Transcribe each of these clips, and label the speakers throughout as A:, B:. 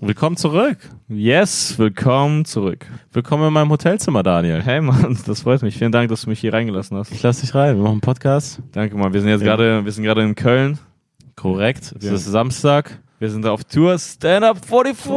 A: Willkommen zurück.
B: Yes, willkommen zurück.
A: Willkommen in meinem Hotelzimmer, Daniel.
B: Hey Mann, das freut mich. Vielen Dank, dass du mich hier reingelassen hast.
A: Ich lass dich rein. Wir machen einen Podcast.
B: Danke mal. Wir sind jetzt gerade, wir sind gerade in Köln.
A: Korrekt.
B: Es ist Samstag. Wir sind auf Tour. Stand up 44.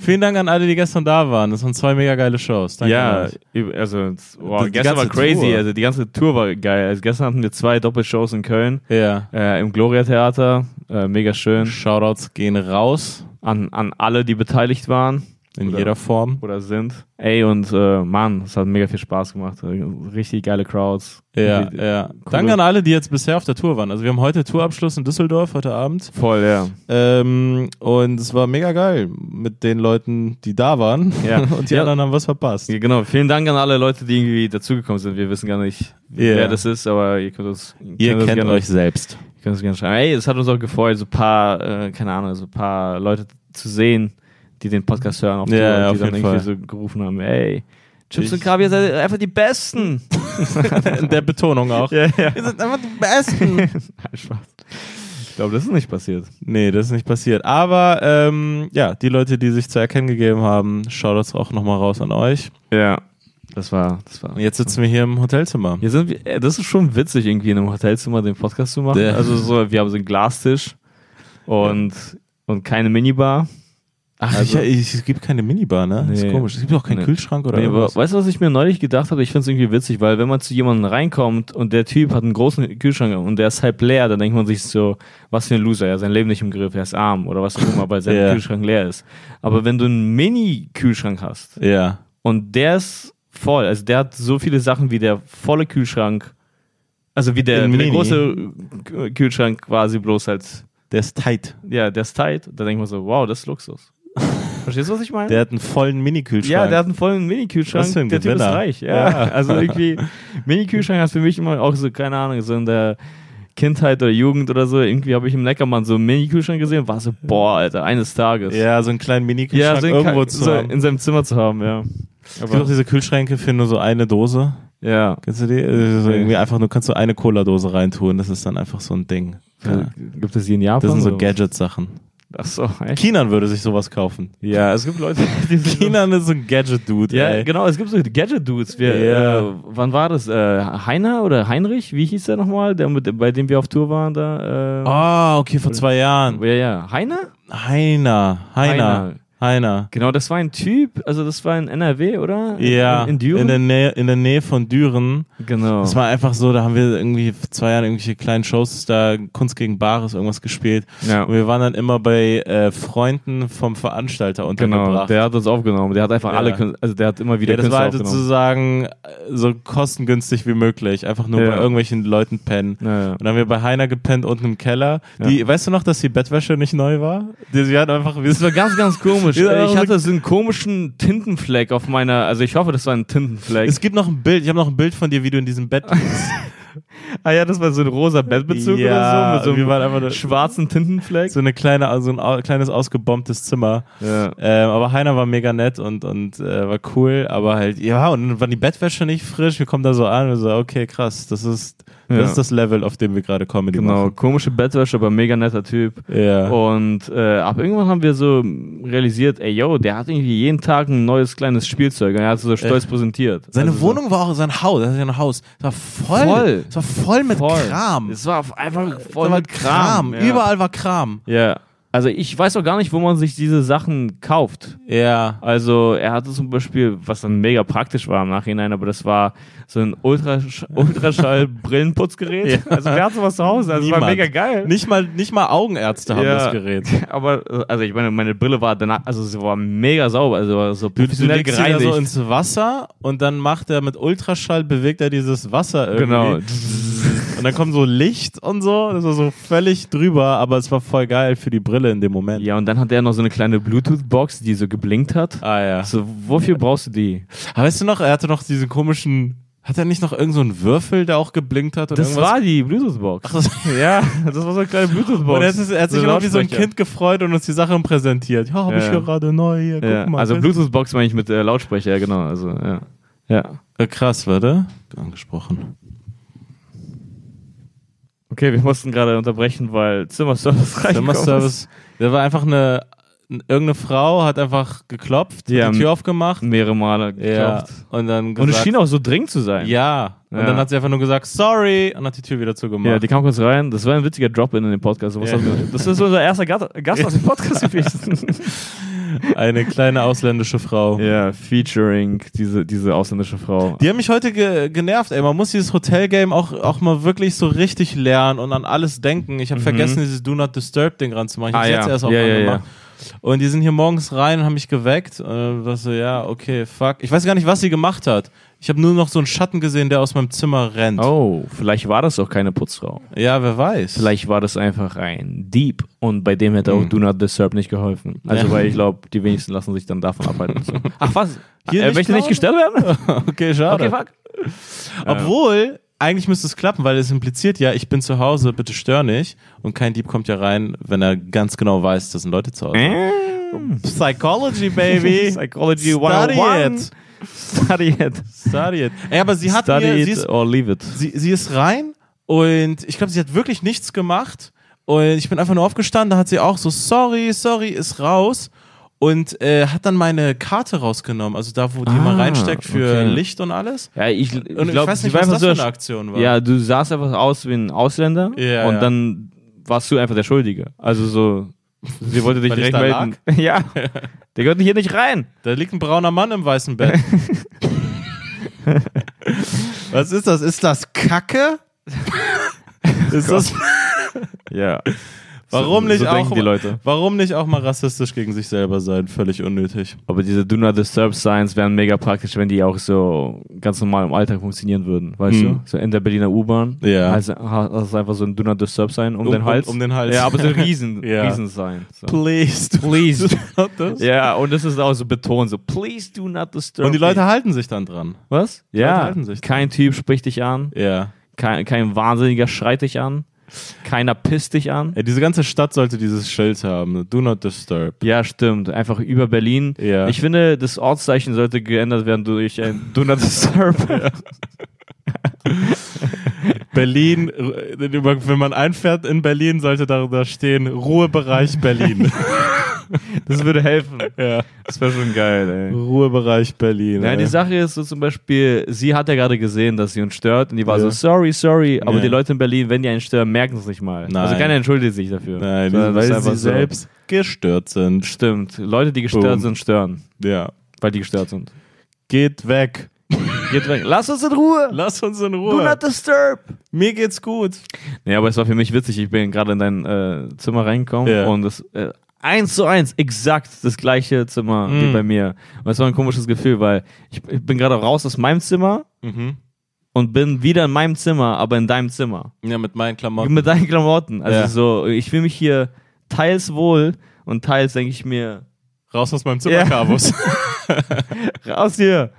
A: Vielen Dank an alle, die gestern da waren. Das waren zwei mega geile Shows. Danke an
B: Ja,
A: euch.
B: üb- also
A: Das-
B: wow,
A: die
B: gestern war
A: ganze
B: crazy.
A: Tour.
B: Also die ganze Tour war geil. Also gestern hatten wir zwei Doppelshows in Köln
A: Ja.
B: äh, im Gloria Theater. Äh, mega schön.
A: Shoutouts gehen raus
B: An, an alle, die beteiligt waren.
A: in
B: Oder-
A: jeder Form.
B: oder sind. Ey, und äh, Mann, es hat mega viel Spaß gemacht. Äh, Richtig geile Crowds.
A: Ja,
B: Richtig-
A: ja. Danke an alle, die jetzt bisher auf der Tour waren. Also wir haben heute Tourabschluss in Düsseldorf, heute Abend.
B: Voll, ja.
A: Ähm, und es war mega geil mit den Leuten, die da waren.
B: Ja.
A: Und die
B: Ja.
A: anderen haben was verpasst.
B: Ja, Genau, vielen Dank an alle Leute, die irgendwie dazugekommen sind. Wir wissen gar nicht,
A: Ja.
B: wer das ist, aber ihr könnt uns
A: Ihr
B: uns
A: kennt
B: gerne,
A: euch selbst.
B: Ihr könnt uns gerne schreiben. Ey, es hat uns auch gefreut, so ein paar, äh, keine Ahnung, so ein paar Leute zu sehen, die den Podcast hören auf
A: Ja,
B: Tour und
A: ja,
B: die
A: auf
B: dann
A: jeden
B: irgendwie
A: Fall.
B: so gerufen haben, ey, Chips
A: Ich-
B: und Kaviar seid einfach die Besten.
A: In der Betonung auch.
B: ja, ja.
A: Wir sind einfach die Besten.
B: Spaß. Ich glaube, das ist nicht passiert.
A: Nee, das ist nicht passiert. Aber ähm, ja, die Leute, die sich zu erkennen gegeben haben, schaut das auch nochmal raus an euch.
B: Ja. Das war, das war
A: Und jetzt sitzen wir hier im Hotelzimmer.
B: Hier sind wir, äh, das ist schon witzig, irgendwie in einem Hotelzimmer den Podcast zu machen.
A: Ja.
B: Also so, wir haben so einen Glastisch und, und keine Minibar.
A: Ach,
B: Also-
A: ich, ich, es gibt keine Minibar, ne? Das ist
B: Nee.
A: komisch. Es gibt auch keinen
B: Nee.
A: Kühlschrank oder
B: Nee, aber
A: irgendwas.
B: weißt du, was ich mir neulich gedacht habe? Ich finde es irgendwie witzig, weil wenn man zu jemandem reinkommt und der Typ hat einen großen Kühlschrank und der ist halb leer, dann denkt man sich so, was für ein Loser, er hat sein Leben nicht im Griff, er ist arm oder was auch immer, weil sein
A: Ja.
B: Kühlschrank leer ist. Aber wenn du einen Mini-Kühlschrank hast
A: Ja.
B: und der ist voll, also der hat so viele Sachen wie der volle Kühlschrank, also wie der,
A: Ein
B: wie der
A: Mini.
B: große K- Kühlschrank quasi bloß halt,
A: Der ist tight.
B: ja, der ist tight. Da denkt man so, wow, das ist Luxus. Verstehst du, was ich meine?
A: Der hat einen vollen Mini-Kühlschrank.
B: ja, der hat einen vollen Mini-Kühlschrank.
A: Was für ein
B: der Typ ist
A: Gewinner.
B: reich. Ja,
A: Ja.
B: also irgendwie, Mini-Kühlschrank hat für mich immer auch so, keine Ahnung, so in der Kindheit oder Jugend oder so, irgendwie habe ich im Neckermann so einen Mini-Kühlschrank gesehen, war so, boah, Alter, eines Tages.
A: ja, so einen kleinen
B: Ja,
A: Mini-Kühlschrank
B: so in,
A: irgendwo
B: Ka-
A: zu
B: so
A: haben.
B: in seinem Zimmer zu haben, ja.
A: Es gibt auch diese Kühlschränke für nur so eine Dose.
B: ja.
A: Kennst du die? Äh, So irgendwie einfach nur kannst du eine Cola-Dose reintun. Das ist dann einfach so ein Ding.
B: Also,
A: Ja.
B: Gibt es die in Japan?
A: Das sind so
B: oder was?
A: Gadget-Sachen.
B: Ach so, echt?
A: Chinan würde sich sowas kaufen.
B: Ja, es gibt Leute, die sind so-
A: Chinan ist so ein Gadget-Dude,
B: Ja,
A: ey.
B: genau, es gibt so Gadget-Dudes. Wir,
A: Ja.
B: äh, wann war das? Äh, Heiner oder Heinrich? Wie hieß der nochmal? Der, mit, bei dem wir auf Tour waren da?
A: Ah, okay, vor zwei
B: Äh,
A: Jahren.
B: Ja, ja. Heiner?
A: Heiner, Heiner, Heiner.
B: Genau, das war ein Typ, also das war in NRW, oder? In-
A: Ja,
B: In, in Düren?
A: In, der Nähe, in der Nähe von Düren.
B: genau.
A: Das war einfach so, da haben wir irgendwie vor zwei Jahren irgendwelche kleinen Shows, da Kunst gegen Bares, irgendwas gespielt.
B: ja.
A: Und wir waren dann immer bei äh, Freunden vom Veranstalter
B: Genau,
A: untergebracht.
B: der hat uns aufgenommen. Der hat einfach
A: Ja.
B: alle, Kün- also der hat immer wieder
A: ja, das
B: Künstler
A: war halt
B: aufgenommen.
A: sozusagen äh, so kostengünstig wie möglich. Einfach nur
B: Ja.
A: bei irgendwelchen Leuten pennen.
B: Ja, ja.
A: Und dann haben wir bei Heiner gepennt unten im Keller.
B: Ja.
A: Die, weißt du noch, dass die Bettwäsche nicht neu war? Die, sie hat einfach, wir
B: Das war ganz, ganz komisch.
A: Ja,
B: Ey, ich
A: also-
B: hatte so einen komischen Tintenfleck auf meiner, also ich hoffe, das war ein Tintenfleck.
A: Es gibt noch ein Bild, ich habe noch ein Bild von dir, wie du in diesem Bett liegst.
B: ah ja, das war so ein rosa Bettbezug
A: Ja,
B: oder so, mit so
A: wir
B: einem
A: waren einfach nur-
B: schwarzen Tintenfleck.
A: so eine kleine, also ein au- kleines ausgebombtes Zimmer.
B: ja.
A: Ähm, aber Heiner war mega nett und, und äh, war cool, aber halt, ja, und dann war die Bettwäsche nicht frisch, wir kommen da so an und so, okay, krass, das ist, das
B: Ja.
A: ist das Level, auf dem wir gerade Comedy
B: Genau,
A: machen.
B: komische Bettwäsche, aber mega netter Typ.
A: Ja.
B: Und äh, ab irgendwann haben wir so realisiert, ey yo, der hat irgendwie jeden Tag ein neues kleines Spielzeug und er hat es so stolz präsentiert.
A: Seine
B: Also so
A: Wohnung war auch sein Haus, das ist ja ein Haus. Es war voll,
B: Voll.
A: Es war voll mit
B: voll.
A: Kram.
B: Es war auf- einfach voll
A: Es war
B: mit Kram. ja.
A: Überall war Kram.
B: Ja. Also ich weiß auch gar nicht, wo man sich diese Sachen kauft.
A: Ja.
B: Also er hatte zum Beispiel, was dann mega praktisch war im Nachhinein, aber das war so ein Ultrasch Ultraschall-Brillenputzgerät. Also wer hat sowas zu Hause? Also es war
A: Niemand.
B: mega geil.
A: Nicht mal, nicht mal Augenärzte haben
B: Ja.
A: das Gerät.
B: Aber, äh, also ich meine, meine Brille war danach, also sie war mega sauber, also war so
A: Du, du
B: professionell
A: legst sie da
B: gereinigt.
A: so ins Wasser und dann macht er mit Ultraschall, bewegt er dieses Wasser irgendwie.
B: genau.
A: Und dann kommt so Licht und so. Das war so völlig drüber, aber es war voll geil für die Brille in dem Moment.
B: Ja, und dann hat er noch so eine kleine Bluetooth-Box, die so geblinkt hat.
A: Ah ja.
B: So, wofür brauchst du die?
A: Aber weißt du noch, er hatte noch diesen komischen. Hat er nicht noch irgendeinen so einen Würfel, der auch geblinkt hat? Und
B: Das
A: irgendwas?
B: war die Bluetooth-Box.
A: das
B: ja, das war so eine kleine Bluetooth-Box.
A: Und er hat, sich- er hat sich
B: So
A: immer wie so ein
B: Lautsprecher.
A: Kind gefreut und uns die Sachen präsentiert. Ja, habe
B: Ja.
A: ich hier gerade neu. Hier, guck
B: Ja,
A: mal.
B: also Bluetooth-Box meine ich mit äh, Lautsprecher, genau. Also, ja. ja.
A: Äh, Krass, warte. Angesprochen.
B: Okay, wir mussten gerade unterbrechen, weil Zimmerservice reingekommen ist.
A: Zimmerservice Da war einfach eine, irgendeine Frau hat einfach geklopft,
B: Ja,
A: hat die Tür aufgemacht.
B: Mehrere Male
A: Ja,
B: geklopft.
A: und dann
B: Und
A: gesagt,
B: es schien auch so dringend zu sein.
A: ja. Und
B: Ja.
A: dann hat sie einfach nur gesagt, sorry, und hat die Tür wieder zugemacht.
B: Ja, die kam kurz rein. Das war ein witziger Drop-In in den Podcast. Sowas
A: Ja.
B: hat mir- Das ist unser erster Gast, Gast aus dem Podcast gewesen.
A: Eine kleine ausländische Frau.
B: ja, featuring diese, diese ausländische Frau.
A: Die haben mich heute ge genervt, ey. Man muss dieses Hotel-Game auch, auch mal wirklich so richtig lernen und an alles denken. Ich habe vergessen, dieses Do Not Disturb-Ding ranzumachen. Ich
B: Mhm. Ah,
A: hab's
B: ja.
A: jetzt erst auch
B: Ja,
A: mal
B: ja, ja.
A: gemacht. Und die sind hier morgens rein und haben mich geweckt. Äh, was so, ja, okay, fuck. Ich weiß gar nicht, was sie gemacht hat. Ich habe nur noch so einen Schatten gesehen, der aus meinem Zimmer rennt.
B: Oh, vielleicht war das auch keine Putzfrau.
A: Ja, wer weiß.
B: Vielleicht war das einfach ein Dieb und bei dem hätte auch Do Not Disturb nicht geholfen. Also,
A: Ja.
B: weil ich glaube, die wenigsten lassen sich dann davon abhalten. So. Ach was?
A: Hier
B: er
A: nicht
B: möchte nicht
A: klauen?
B: gestellt werden?
A: Okay, schade.
B: Okay, fuck.
A: Obwohl, eigentlich müsste es klappen, weil es impliziert ja, ich bin zu Hause, bitte stör nicht. Und kein Dieb kommt ja rein, wenn er ganz genau weiß, das sind Leute zu Hause.
B: Äh?
A: Psychology, baby.
B: Psychology
A: Study
B: 101.
A: it.
B: Study it.
A: Study it. Ey, aber sie hat
B: Study
A: mir,
B: it
A: sie ist,
B: or leave it.
A: sie, sie ist rein und ich glaube, sie hat wirklich nichts gemacht. Und ich bin einfach nur aufgestanden, da hat sie auch so, sorry, sorry, ist raus. Und äh, hat dann meine Karte rausgenommen, also da, wo die
B: Ah,
A: immer reinsteckt für
B: okay.
A: Licht und alles.
B: Ja, ich, ich
A: Und ich,
B: glaube,
A: weiß nicht,
B: sie war
A: was
B: einfach
A: das für
B: so.
A: eine Aktion war.
B: Ja, du sahst einfach aus wie ein Ausländer
A: Ja,
B: und
A: ja.
B: dann warst du einfach der Schuldige. Also so, sie wollte dich
A: Weil ich
B: direkt
A: da
B: melden. Ja, der gehört hier nicht rein.
A: Da liegt ein brauner Mann im weißen Bett. Was ist das? Ist das Kacke? ist das,
B: Ja.
A: warum,
B: so,
A: nicht
B: so
A: auch,
B: denken die Leute.
A: warum nicht auch mal rassistisch gegen sich selber sein? Völlig unnötig.
B: Aber diese Do Not Disturb Signs wären mega praktisch, wenn die auch so ganz normal im Alltag funktionieren würden, weißt
A: Hm.
B: du? So in der Berliner U-Bahn.
A: Ja.
B: Also hast du einfach so ein Do Not Disturb Sign um,
A: Um-
B: den
A: um-
B: Hals.
A: um den Hals.
B: Ja, aber so ein Riesen,
A: Ja.
B: Riesen Sign. So.
A: Please, please. Und
B: Ja, und das ist auch so betont, so please do not disturb.
A: die Leute
B: me.
A: halten sich dann dran.
B: was?
A: Leute
B: Ja.
A: halten sich.
B: Kein Typ spricht dich an.
A: Ja.
B: Kein, kein Wahnsinniger schreit dich an. Keiner pisst dich an.
A: Ey, diese ganze Stadt sollte dieses Schild haben. ne? Do not disturb.
B: Ja, stimmt. Einfach über Berlin.
A: Ja.
B: Ich finde, das Ortszeichen sollte geändert werden durch ein Do Not Disturb.
A: Berlin, r- wenn man einfährt in Berlin, sollte da, da stehen Ruhebereich Berlin.
B: Das würde helfen.
A: ja.
B: Das wäre schon geil,
A: Ruhebereich Berlin.
B: Ja,
A: ey.
B: die Sache ist so zum Beispiel, sie hat ja gerade gesehen, dass sie uns stört und die war
A: Ja.
B: so, sorry, sorry. Aber
A: Ja.
B: die Leute in Berlin, wenn die einen stören, merken es nicht mal. Also
A: Nein.
B: keiner entschuldigt sich dafür.
A: Nein, die,
B: Sondern das
A: weil
B: ist
A: sie
B: einfach so.
A: selbst gestört sind.
B: Stimmt. Leute, die gestört
A: Boom.
B: sind, stören.
A: Ja.
B: Weil die gestört sind.
A: Geht weg.
B: Geht weg. Lass uns in Ruhe.
A: Lass uns in
B: Do
A: Ruhe.
B: not disturb.
A: Mir geht's gut.
B: Ja, aber es war für mich witzig. Ich bin gerade in dein äh, Zimmer reingekommen
A: Ja.
B: und es äh, eins zu eins exakt das gleiche Zimmer wie
A: Mm.
B: bei mir. Und es war ein komisches Gefühl, weil ich, ich bin gerade raus aus meinem Zimmer
A: Mhm.
B: und bin wieder in meinem Zimmer, aber in deinem Zimmer
A: Ja, mit meinen Klamotten.
B: mit deinen Klamotten. Also
A: Ja.
B: so, ich fühle mich hier teils wohl und teils denke ich mir
A: Raus aus meinem
B: Ja.
A: Zimmer, Carvus.
B: raus hier.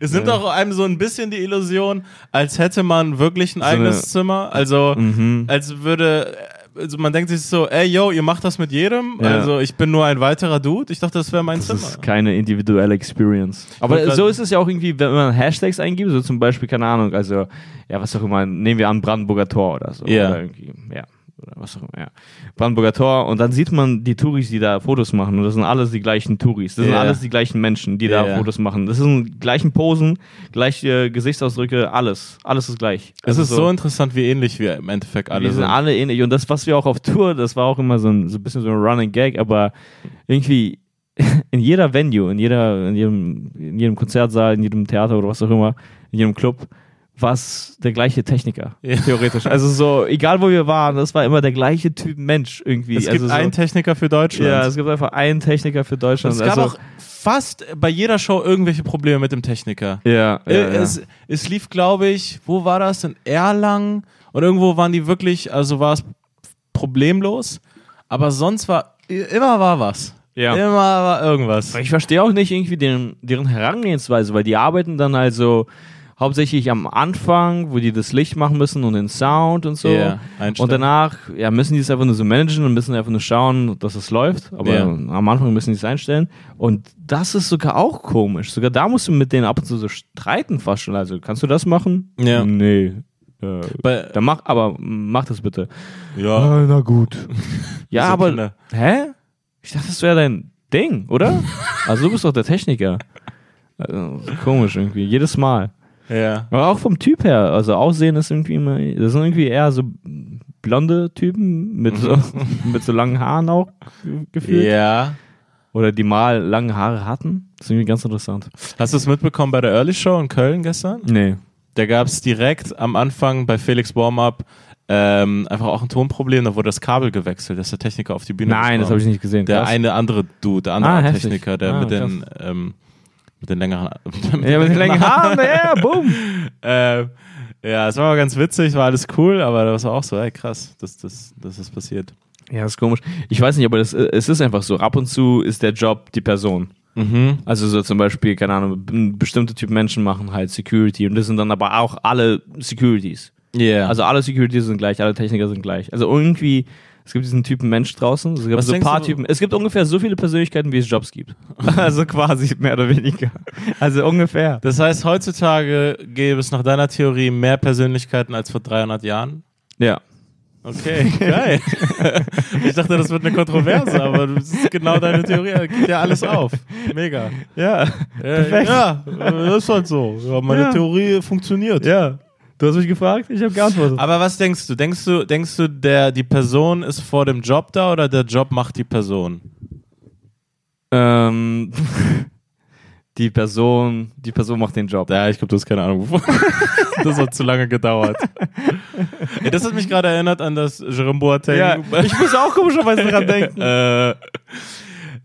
A: es nimmt auch einem so ein bisschen die Illusion, als hätte man wirklich ein
B: eine-
A: eigenes Zimmer. Also,
B: Mhm.
A: als würde. Also man denkt sich so, ey yo, ihr macht das mit jedem.
B: Ja.
A: Also ich bin nur ein weiterer Dude. Ich dachte, das wäre mein
B: Das
A: Zimmer.
B: ist keine individuelle Experience. Aber
A: Wirklich.
B: so ist es ja auch irgendwie, wenn man Hashtags eingibt, so zum Beispiel, keine Ahnung, also, ja, was auch immer, nehmen wir an Brandenburger Tor oder so.
A: Ja.
B: Oder irgendwie, ja. Oder was auch immer, ja. Brandenburger Tor und dann sieht man die Touris, die da Fotos machen und das sind alles die gleichen Touris. Das sind
A: Ja.
B: alles die gleichen Menschen, die da
A: Ja.
B: Fotos machen. Das sind die gleichen Posen, gleiche Gesichtsausdrücke, alles. Alles ist gleich.
A: Es
B: Also
A: ist so interessant, wie ähnlich wir im Endeffekt alle
B: wir sind alle ähnlich. Und das, was wir auch auf Tour, das war auch immer so ein, so ein bisschen so ein Running Gag, aber irgendwie in jeder Venue, in, jeder, in, jedem, in jedem Konzertsaal, in jedem Theater oder was auch immer, in jedem Club, war es der gleiche Techniker.
A: Ja.
B: Theoretisch. Also so, egal wo wir waren, das war immer der gleiche Typ Mensch irgendwie.
A: Es gibt
B: also so,
A: einen Techniker für Deutschland.
B: Ja, es gibt einfach einen Techniker für Deutschland.
A: Es gab
B: also,
A: auch fast bei jeder Show irgendwelche Probleme mit dem Techniker.
B: ja, ja,
A: Äh,
B: ja.
A: Es, es lief, glaube ich, wo war das? In Erlangen? Und irgendwo waren die wirklich, also war es problemlos. Aber sonst war, i- immer war was.
B: Ja.
A: Immer war irgendwas.
B: Ich verstehe auch nicht irgendwie deren, deren Herangehensweise, weil die arbeiten dann also hauptsächlich am Anfang, wo die das Licht machen müssen und den Sound und so.
A: Ja, einstellen.
B: und danach ja, müssen die es einfach nur so managen und müssen einfach nur schauen, dass es läuft. Aber
A: Ja.
B: am Anfang müssen die es einstellen. Und das ist sogar auch komisch. Sogar da musst du mit denen ab und zu so streiten fast schon. Also, kannst du das machen?
A: Ja.
B: Nee. Äh,
A: Bei,
B: dann mach, aber mach das bitte.
A: ja,
B: Ah, na gut. ja,
A: Diese
B: aber.
A: Kinder.
B: Hä? Ich dachte, das wäre dein Ding, oder? also, du bist doch der Techniker. Also, komisch irgendwie. Jedes Mal.
A: ja.
B: Aber auch vom Typ her, also Aussehen ist irgendwie immer, das sind irgendwie eher so blonde Typen mit so, mit so langen Haaren auch ge- gefühlt.
A: Ja.
B: Oder die mal lange Haare hatten. Das ist irgendwie ganz interessant.
A: Hast du es mitbekommen bei der Early Show in Köln gestern?
B: Nee.
A: Da gab es direkt am Anfang bei Felix Warm-Up ähm, einfach auch ein Tonproblem, da wurde das Kabel gewechselt, dass der Techniker auf die Bühne
B: Nein, das habe ich nicht gesehen.
A: Der
B: Krass.
A: eine andere Dude, der andere
B: Ah, heftig.
A: Techniker, der
B: Ah,
A: mit, den, ähm, mit den längeren mit
B: ja, mit den langen Haaren, ja, boom.
A: Ähm, ja, es war aber ganz witzig, war alles cool, aber das war auch so, ey, krass, dass das, dass das passiert.
B: Ja, ist komisch. Ich weiß nicht, aber das, äh, es ist einfach so. Ab und zu ist der Job die Person. Also so zum Beispiel, keine Ahnung, b- bestimmte Typen Menschen machen halt Security und das sind dann aber auch alle Securities.
A: Ja. Yeah.
B: Also alle Securities sind gleich, alle Techniker sind gleich. Also irgendwie, es gibt diesen Typen Mensch draußen, es gibt
A: Was
B: so ein
A: denkst
B: paar
A: du-
B: Typen. Es gibt ungefähr so viele Persönlichkeiten, wie es Jobs gibt. Also quasi mehr oder weniger. Also ungefähr.
A: das heißt, heutzutage gäbe es nach deiner Theorie mehr Persönlichkeiten als vor 300 Jahren?
B: Ja.
A: Okay, geil. ich dachte, das wird eine Kontroverse, aber das ist genau deine Theorie. Da geht ja alles auf. Mega.
B: Ja.
A: Ja,
B: Perfekt.
A: Ja, das ist halt so. Ja, meine
B: Ja.
A: Theorie funktioniert.
B: Ja. Du hast mich gefragt, ich habe geantwortet.
A: Aber was denkst du? Denkst du, denkst du, der, die Person ist vor dem Job da oder der Job macht die Person?
B: Ähm, die Person, die Person macht den Job.
A: Ja, ich glaube, du hast keine Ahnung, wovon. das hat zu lange gedauert. Ey, das hat mich gerade erinnert an das Jerome Boateng.
B: Ja, ich muss auch komischerweise dran denken.
A: äh,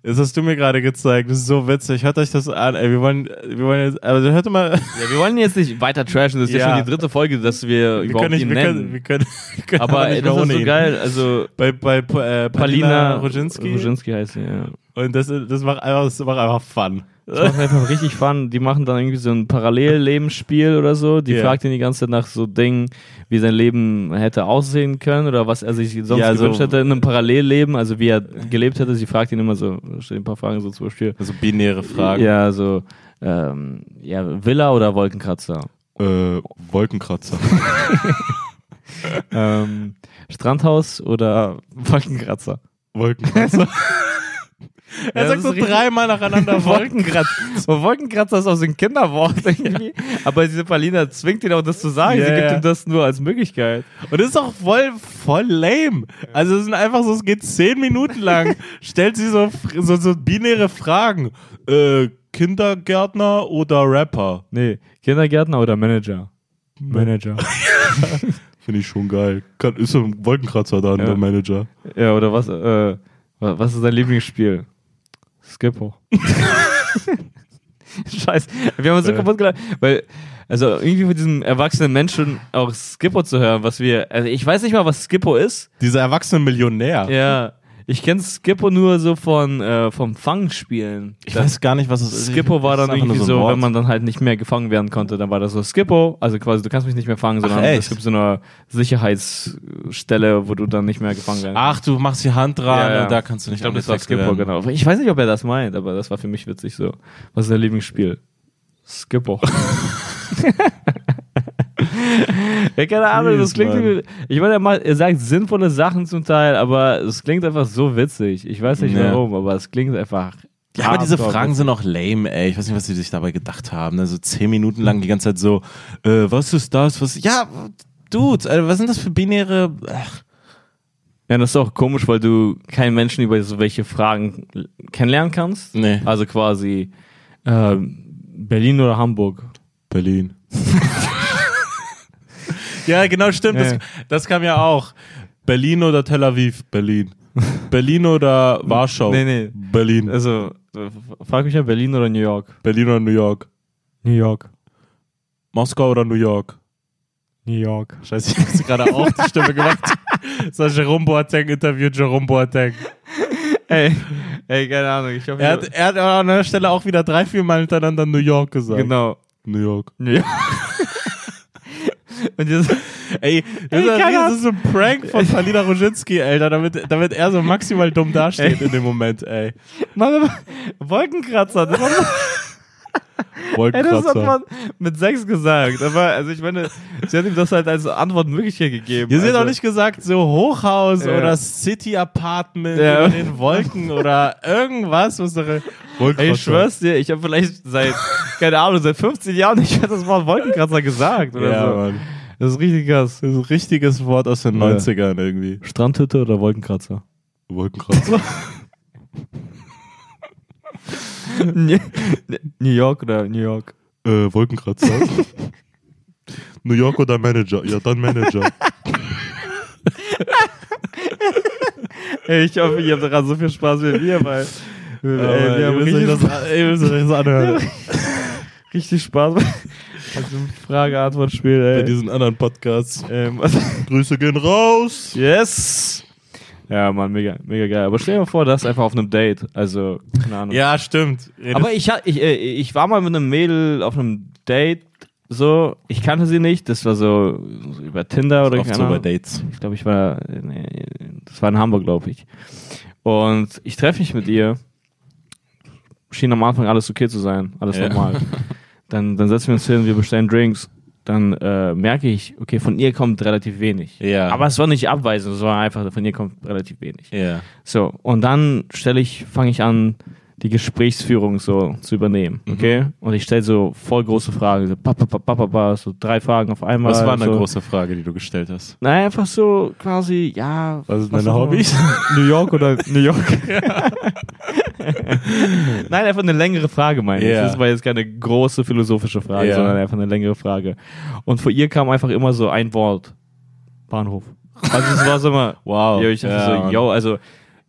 A: das hast du mir gerade gezeigt. Das ist so witzig. Hört euch das an. Ey, wir wollen, wir wollen jetzt, also hört doch mal.
B: Ja, wir wollen jetzt nicht weiter trashen, das ist ja,
A: Ja.
B: schon die dritte Folge, dass wir,
A: Wir
B: überhaupt
A: können,
B: nicht,
A: nicht,
B: ihn
A: wir,
B: nennen.
A: können, wir, können, wir können
B: aber
A: nicht
B: ey,
A: mehr
B: das ist
A: ohne
B: so
A: ihn.
B: geil, also
A: Bei, bei äh, Palina,
B: Palina
A: Roginski.
B: Roginski heißt sie, ja.
A: Und das, das, macht einfach, das macht einfach Fun.
B: Das macht einfach richtig Fun. Die machen dann irgendwie so ein Parallellebensspiel oder so. Die
A: Ja.
B: fragt ihn die ganze Zeit nach so Dingen, wie sein Leben hätte aussehen können oder was er sich sonst
A: Ja, also so-
B: gewünscht hätte in einem Parallelleben, also wie er gelebt hätte. Sie fragt ihn immer so, stellt ein paar Fragen so zum Beispiel.
A: Also binäre Fragen.
B: Ja, so, ähm, ja, Villa oder Wolkenkratzer?
A: Äh, Wolkenkratzer.
B: ähm, Strandhaus oder Wolkenkratzer?
A: Wolkenkratzer. er
B: das
A: sagt
B: ist
A: so
B: richtig-
A: dreimal nacheinander Wolken.
B: Wolkenkratzer. Wolkenkratzer ist auch so ein Kinderwort irgendwie. Aber diese Palina zwingt ihn auch, das zu sagen.
A: Ja,
B: Sie gibt
A: ja.
B: ihm das nur als Möglichkeit.
A: Und das ist auch voll, voll lame. Also es sind einfach so, es geht zehn Minuten lang, stellt sie so, so, so binäre Fragen. Äh, Kindergärtner oder Rapper?
B: Nee, Kindergärtner oder Manager? Manager.
A: Finde ich schon geil. Kann, ist so ein Wolkenkratzer dann,
B: Ja.
A: der Manager.
B: ja, oder was, äh, wa- was ist dein Lieblingsspiel? Skip hoch. Scheiße. Wir haben uns so
A: Äh.
B: kaputt gelacht, weil, also irgendwie von diesem erwachsenen Menschen auch Skippo zu hören, was wir, also ich weiß nicht mal, was Skippo ist,
A: Dieser erwachsene Millionär.
B: Ja, ich kenne Skippo nur so von äh, vom Fangspielen.
A: Ich weiß gar nicht, was es ist.
B: Skippo war
A: Das
B: dann
A: ist einfach nur
B: irgendwie
A: ein
B: so,
A: Wort.
B: wenn man dann halt nicht mehr gefangen werden konnte, dann war das so Skippo, also quasi du kannst mich nicht mehr fangen, sondern
A: echt?
B: es gibt so eine Sicherheitsstelle, wo du dann nicht mehr gefangen werden
A: Ach, du machst die Hand dran
B: Ja, ja.
A: und da kannst du nicht
B: Ich glaube, das war
A: angezeigt
B: Skippo,
A: werden.
B: genau. Ich weiß nicht, ob er das meint, aber das war für mich witzig so. Was ist dein Lieblingsspiel? Skippo. ja, keine Ahnung, das
A: Jeez,
B: klingt
A: Mann.
B: irgendwie, ich meine, er, macht, er sagt sinnvolle Sachen zum Teil, aber es klingt einfach so witzig. Ich weiß nicht
A: Ja.
B: warum, aber es klingt einfach.
A: Ja, aber diese
B: hardcore
A: Fragen
B: witzig.
A: sind auch lame, ey. Ich weiß nicht, was sie sich dabei gedacht haben. ne? So zehn Minuten lang die ganze Zeit so, äh, was ist das? Was? Ja, Dudes, Alter, was sind das für binäre. äh, Ach,
B: Ja, das ist auch komisch, weil du keinen Menschen über so welche Fragen l- kennenlernen kannst.
A: Nee.
B: Also quasi ähm, Berlin oder Hamburg.
A: Berlin. ja, genau, stimmt.
B: Ja.
A: Das, das kam ja auch. Berlin oder Tel Aviv? Berlin. Berlin oder Warschau?
B: Nee, nee.
A: Berlin.
B: Also, äh, frag mich ja Berlin oder New York.
A: Berlin oder New York?
B: New York.
A: Moskau oder New York?
B: New York.
A: Scheiße, ich hab's gerade auch die Stimme gemacht. Das war Jerome Boateng, interviewt Jerome Boateng.
B: Ey, ey keine Ahnung. Ich hoffe,
A: Er hat, er hat an der Stelle auch wieder drei, vier Mal hintereinander New York gesagt.
B: genau.
A: New York.
B: New York. Und jetzt,
A: Ey, das,
B: Ey,
A: ist,
B: keine
A: das ist so ein Prank von Palina Roginski, Alter, damit, damit er so maximal dumm dasteht in dem Moment, ey.
B: Mann, Wolkenkratzer. Das war so- Ey, das hat
A: Wolkenkratzer.
B: man mit sechs gesagt. Aber, also ich meine, sie hat ihm das halt als Antwortmöglichkeit gegeben.
A: Hier sind
B: also,
A: auch nicht gesagt, so Hochhaus
B: Ja.
A: oder City Apartment
B: Ja.
A: in den Wolken oder irgendwas, was doch.
B: Ey, ich schwör's dir, ich habe vielleicht seit, keine Ahnung, seit 15 Jahren nicht mehr das Wort Wolkenkratzer gesagt oder
A: Ja,
B: so.
A: Mann.
B: Das ist richtig krass.
A: Das ist ein richtiges Wort aus den
B: Ja.
A: 90ern irgendwie.
B: Strandhütte oder Wolkenkratzer?
A: Wolkenkratzer.
B: New York oder New York?
A: äh, Wolkenkratzer. New York oder Manager? Ja, dann Manager.
B: Ey, ich hoffe, ihr habt daran so viel Spaß wie wir, weil äh, wir haben richtig,
A: anhören.
B: richtig Spaß bei diesem Frage-Antwort-Spiel,
A: Bei
B: ey.
A: diesen anderen Podcasts.
B: Ähm,
A: Grüße gehen raus.
B: yes! Ja, Mann, mega, mega geil. Aber stell dir mal vor, das einfach auf einem Date. Also, keine Ahnung.
A: Ja, stimmt. Redest-
B: Aber ich, ha- ich, äh, ich war mal mit einem Mädel auf einem Date, so, ich kannte sie nicht, das war so so über Tinder oder
A: oft
B: keine
A: so bei
B: Ahnung.
A: Dates.
B: Ich glaube, ich war, nee, das war in Hamburg, glaube ich. Und ich treffe mich mit ihr. Schien am Anfang alles okay zu sein, alles
A: Ja.
B: normal. Dann, dann setzen wir uns hin, wir bestellen Drinks. Dann äh, merke ich, okay, von ihr kommt relativ wenig.
A: Ja.
B: Aber es war nicht abweisend, es war einfach, von ihr kommt relativ wenig.
A: Ja.
B: So, und dann stelle ich, fange ich an, die Gesprächsführung so zu übernehmen,
A: Mhm.
B: okay? Und ich stelle so voll große Fragen, so, pa, pa, pa, pa, pa, pa, so drei Fragen auf einmal.
A: Was war
B: so.
A: eine große Frage, die du gestellt hast?
B: Naja, einfach so quasi, ja.
A: Was sind
B: auch
A: deine
B: immer.
A: Hobbys?
B: New York oder New York? Nein, einfach eine längere Frage, meine ich.
A: Ja.
B: Das war jetzt keine große philosophische Frage,
A: Ja.
B: sondern einfach eine längere Frage. Und von ihr kam einfach immer so ein Wort. Bahnhof. Also es war so immer,
A: Wow.
B: yo, ich dachte
A: Oh, Ja,
B: so,
A: Mann.
B: yo, also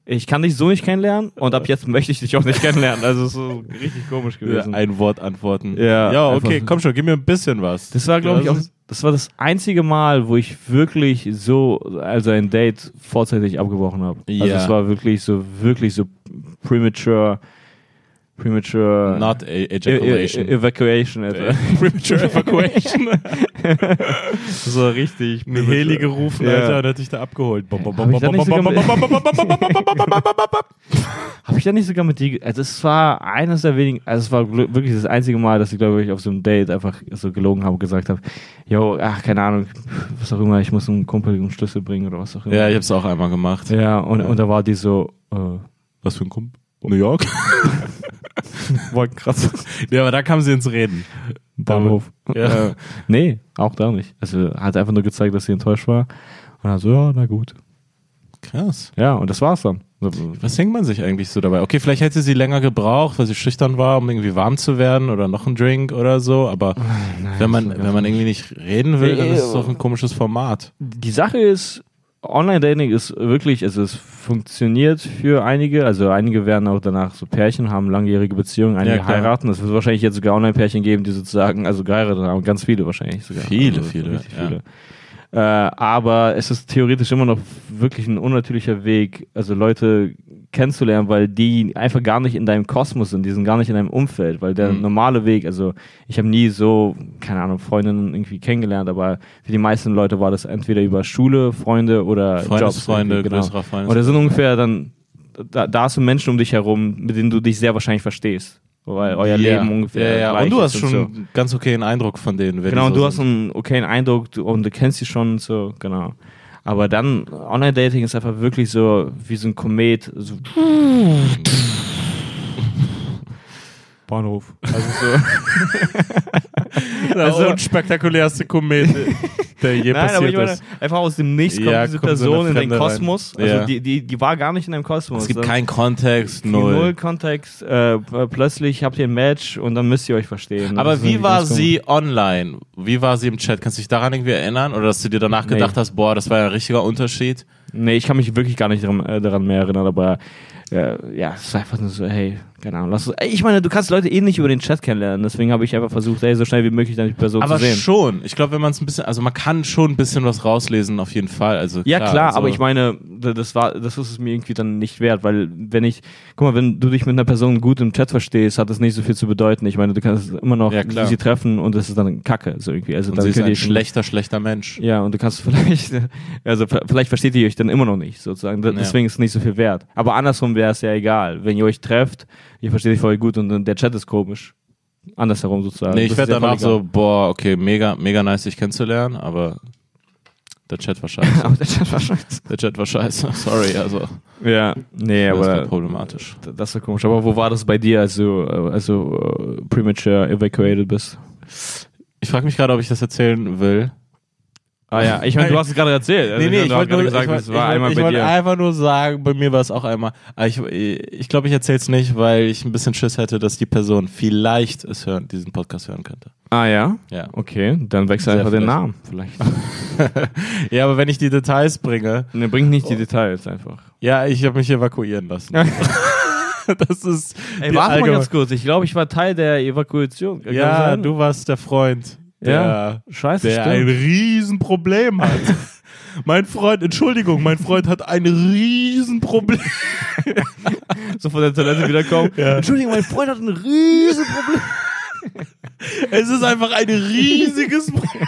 B: ich kann dich so nicht kennenlernen und ab jetzt möchte ich dich auch nicht kennenlernen. Also es ist so richtig komisch gewesen.
A: Ein Wort antworten.
B: Ja,
A: Ja, okay,
B: einfach-
A: komm schon, gib mir ein bisschen was.
B: Das war, glaube ich,
A: Ja,
B: auch,
A: das ist-
B: das war das einzige Mal, wo ich wirklich so, also ein Date vorzeitig abgebrochen habe. Also
A: Ja.
B: es war wirklich so, wirklich so premature, premature
A: Not a ejaculation.
B: E e evacuation. etwa.
A: Premature Evacuation.
B: Das war richtig.
A: Eine Heli gerufen,
B: Ja.
A: Alter, und hat dich da abgeholt. Bom, bom, bom,
B: Hab ich
A: bom,
B: da nicht
A: bom,
B: sogar
A: bom, bom, bom, bom, bom, bom, bom, bom, bom, bom, bom, bom.
B: Habe ich da nicht sogar mit dir, ge- also es war eines der wenigen, also es war gl- wirklich das einzige Mal, dass ich glaube ich auf so einem Date einfach so gelogen habe, und gesagt habe, yo, ach, keine Ahnung, was auch immer, ich muss einem Kumpel einen Schlüssel bringen oder was auch immer.
A: Ja, ich hab's auch einmal gemacht.
B: Ja, und, und da war die so, äh,
A: Was für ein Kumpel? New York?
B: Wolkenkratzer.
A: Ja, aber da kamen sie ins Reden.
B: Bahnhof.
A: Ja.
B: Nee, auch da nicht. Also hat einfach nur gezeigt, dass sie enttäuscht war. Und dann so, ja, na gut.
A: Krass.
B: Ja, und das war's dann. So,
A: Was denkt man sich eigentlich so dabei? Okay, vielleicht hätte sie länger gebraucht, weil sie schüchtern war, um irgendwie warm zu werden oder noch einen Drink oder so, aber wenn man, wenn man irgendwie nicht reden will, dann ist es doch ein komisches Format.
B: Die Sache ist, Online-Dating ist wirklich, also es funktioniert für einige. Also einige werden auch danach so Pärchen, haben langjährige Beziehungen, einige
A: Ja, klar.
B: heiraten. Es wird wahrscheinlich jetzt sogar Online-Pärchen geben, die sozusagen, also geheiratet haben. Ganz viele wahrscheinlich sogar.
A: Viele,
B: also,
A: viele,
B: richtig
A: ja.
B: viele. Äh, aber es ist theoretisch immer noch wirklich ein unnatürlicher Weg, also Leute kennenzulernen, weil die einfach gar nicht in deinem Kosmos sind, die sind gar nicht in deinem Umfeld, weil der
A: Mhm.
B: normale Weg, also ich habe nie so, keine Ahnung, Freundinnen irgendwie kennengelernt, aber für die meisten Leute war das entweder über Schule, Freunde oder Jobs.
A: Freundesfreunde,
B: irgendwie, genau.
A: größerer Freundes-
B: Und das sind ungefähr dann, da, da hast du Menschen um dich herum, mit denen du dich sehr wahrscheinlich verstehst, weil euer Leben ungefähr
A: Ja, ja.
B: gleich
A: Und du
B: ist
A: hast schon
B: so.
A: einen ganz okayen Eindruck von denen. Wenn
B: Genau,
A: die
B: und
A: so
B: du hast
A: sind.
B: einen okayen Eindruck du, und du kennst sie schon und so, genau. Aber dann, Online-Dating ist einfach wirklich so wie so ein Komet. So Bahnhof. Also so.
A: Der
B: also-
A: unspektakulärste Komet, der je
B: Nein, aber
A: passiert
B: ich meine,
A: ist.
B: einfach aus dem Nichts kommt
A: Ja,
B: diese
A: kommt so eine
B: Person in den
A: Fremde rein.
B: Kosmos. Also
A: Ja.
B: die, die, die war gar nicht in deinem Kosmos.
A: Es gibt
B: Dann-
A: keinen Kontext,
B: null.
A: null.
B: Kontext. Äh, p- plötzlich habt ihr ein Match und dann müsst ihr euch verstehen. Das
A: Aber
B: ist
A: wie
B: irgendwie
A: war
B: ganz komisch.
A: sie online? Wie war sie im Chat? Kannst du dich daran irgendwie erinnern? Oder dass du dir danach
B: Nee.
A: gedacht hast, boah, das war ja ein richtiger Unterschied?
B: Nee, ich kann mich wirklich gar nicht daran, äh, daran mehr erinnern, aber äh, ja, es ist einfach nur so, hey, keine Ahnung, lass uns, ey, ich meine, du kannst Leute eh nicht über den Chat kennenlernen, deswegen habe ich einfach versucht, ey, so schnell wie möglich dann die Person
A: aber
B: zu sehen.
A: schon. Ich glaube, wenn man es ein bisschen, also man kann schon ein bisschen was rauslesen, auf jeden Fall. Also,
B: Ja, klar,
A: also,
B: aber ich meine, d- das war, das ist es mir irgendwie dann nicht wert, weil wenn ich, guck mal, wenn du dich mit einer Person gut im Chat verstehst, hat das nicht so viel zu bedeuten. Ich meine, du kannst immer noch
A: Ja, klar.
B: sie treffen und das ist dann Kacke, so irgendwie. Also
A: Und
B: dann
A: sie ist halt
B: könnt
A: ein
B: ihr schon-
A: schlechter, schlechter Mensch.
B: Ja, und du kannst vielleicht, also v- vielleicht versteht ihr euch dann immer noch nicht, sozusagen. D-
A: Ja.
B: Deswegen ist es nicht so viel wert. Aber andersrum wäre es ja egal. Wenn ihr euch trefft, ihr versteht euch voll gut und dann der Chat ist komisch. Andersherum sozusagen.
A: Nee, ich
B: Das
A: werde
B: ist ja
A: danach
B: voll
A: so, boah, okay, mega, mega nice, dich kennenzulernen, aber der Chat war scheiße.
B: egal. Aber der Chat war scheiße.
A: der Chat war scheiße, sorry, also.
B: Ja, nee,
A: das war
B: aber
A: problematisch.
B: das ist so komisch. Aber wo war das bei dir, als du, äh, als du äh, premature evacuated bist?
A: Ich frage mich gerade, ob ich das erzählen will.
B: Ah ja, ich meine, du hast es gerade erzählt. Also du hast gerade gesagt,
A: ich wollt-
B: es war
A: ich
B: einmal
A: wollt-
B: bei
A: ich wollt
B: dir.
A: einfach nur sagen, bei mir war es auch einmal. Aber ich ich glaube, ich erzähle es nicht, weil ich ein bisschen Schiss hätte, dass die Person vielleicht es hören, diesen Podcast hören könnte.
B: Ah ja?
A: Ja.
B: Okay, dann wechsel
A: Sehr
B: einfach den
A: frech.
B: Namen vielleicht.
A: ja, aber wenn ich die Details bringe,
B: Ne, bring nicht die Details einfach.
A: ja, ich habe mich evakuieren lassen. das ist.
B: Ey,
A: die
B: warte mal
A: allgemeine-
B: ganz kurz. Ich glaube, ich war Teil der Evakuation. Kann das
A: Ja,
B: sein?
A: du warst der Freund.
B: Ja.
A: Der,
B: Scheiße,
A: der ein
B: stimmt.
A: Riesenproblem hat. mein Freund, Entschuldigung, mein Freund hat ein Riesenproblem.
B: So von der Toilette wiederkommen. Entschuldigung, mein Freund hat ein riesen Problem.
A: Es ist einfach ein riesiges Problem.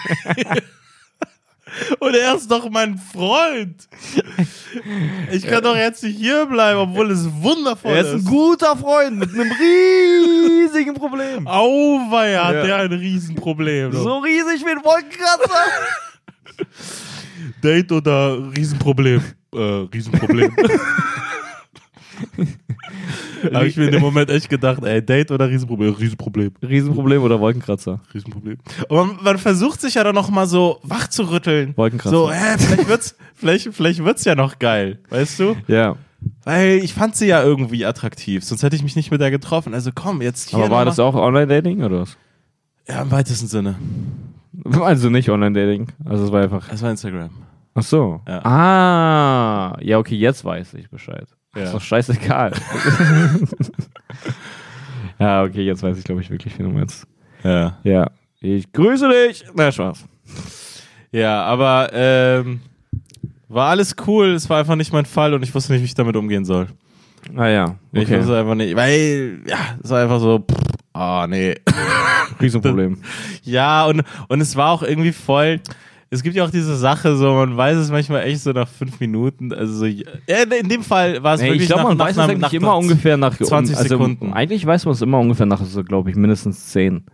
A: Und er ist doch mein Freund. Ich kann doch jetzt nicht hier bleiben, obwohl es wundervoll
B: Er ist ein guter Freund mit einem riesigen Problem.
A: Auweia, hat
B: Ja.
A: der ein Riesenproblem.
B: So riesig wie ein Wolkenkratzer.
A: Date oder Riesenproblem? Äh, Riesenproblem. Habe ich mir in dem Moment echt gedacht, ey, Date oder Riesenproblem? Riesenproblem,
B: Riesenproblem oder Wolkenkratzer?
A: Riesenproblem. Und man, man versucht sich ja dann noch mal so wach zu rütteln.
B: Wolkenkratzer.
A: So, hä, vielleicht wird's, vielleicht, vielleicht wird's ja noch geil, weißt du?
B: Ja.
A: Weil ich fand sie ja irgendwie attraktiv, sonst hätte ich mich nicht mit der getroffen. Also komm, jetzt hier
B: Aber war
A: noch
B: das auch Online-Dating oder was?
A: mal- Ja, im weitesten Sinne.
B: Also nicht Online-Dating. Also es war einfach.
A: Das war Instagram.
B: Ach so.
A: Ja.
B: Ah. Ja, okay, jetzt weiß ich Bescheid.
A: Ja.
B: Ist doch scheißegal. ja, okay, jetzt weiß ich, glaube ich, wirklich, wie du meinst.
A: Ja.
B: Ja. Ich grüße dich. Na, Spaß.
A: Ja, aber ähm, war alles cool. Es war einfach nicht mein Fall und ich wusste nicht, wie ich damit umgehen soll.
B: Ah ja.
A: Ich wusste einfach nicht, weil, ja, es war einfach so, pff, ah, nee.
B: Riesenproblem.
A: Ja, und, und es war auch irgendwie voll. Es gibt ja auch diese Sache, so man weiß es manchmal echt so nach fünf Minuten. Also so, ja, in dem Fall war es
B: Nee,
A: wirklich
B: ich glaube,
A: nach,
B: man
A: nach,
B: weiß es
A: nach,
B: eigentlich
A: nach,
B: immer ungefähr nach
A: 20
B: also,
A: Sekunden.
B: Eigentlich weiß man es immer ungefähr nach, so, glaube ich, mindestens 10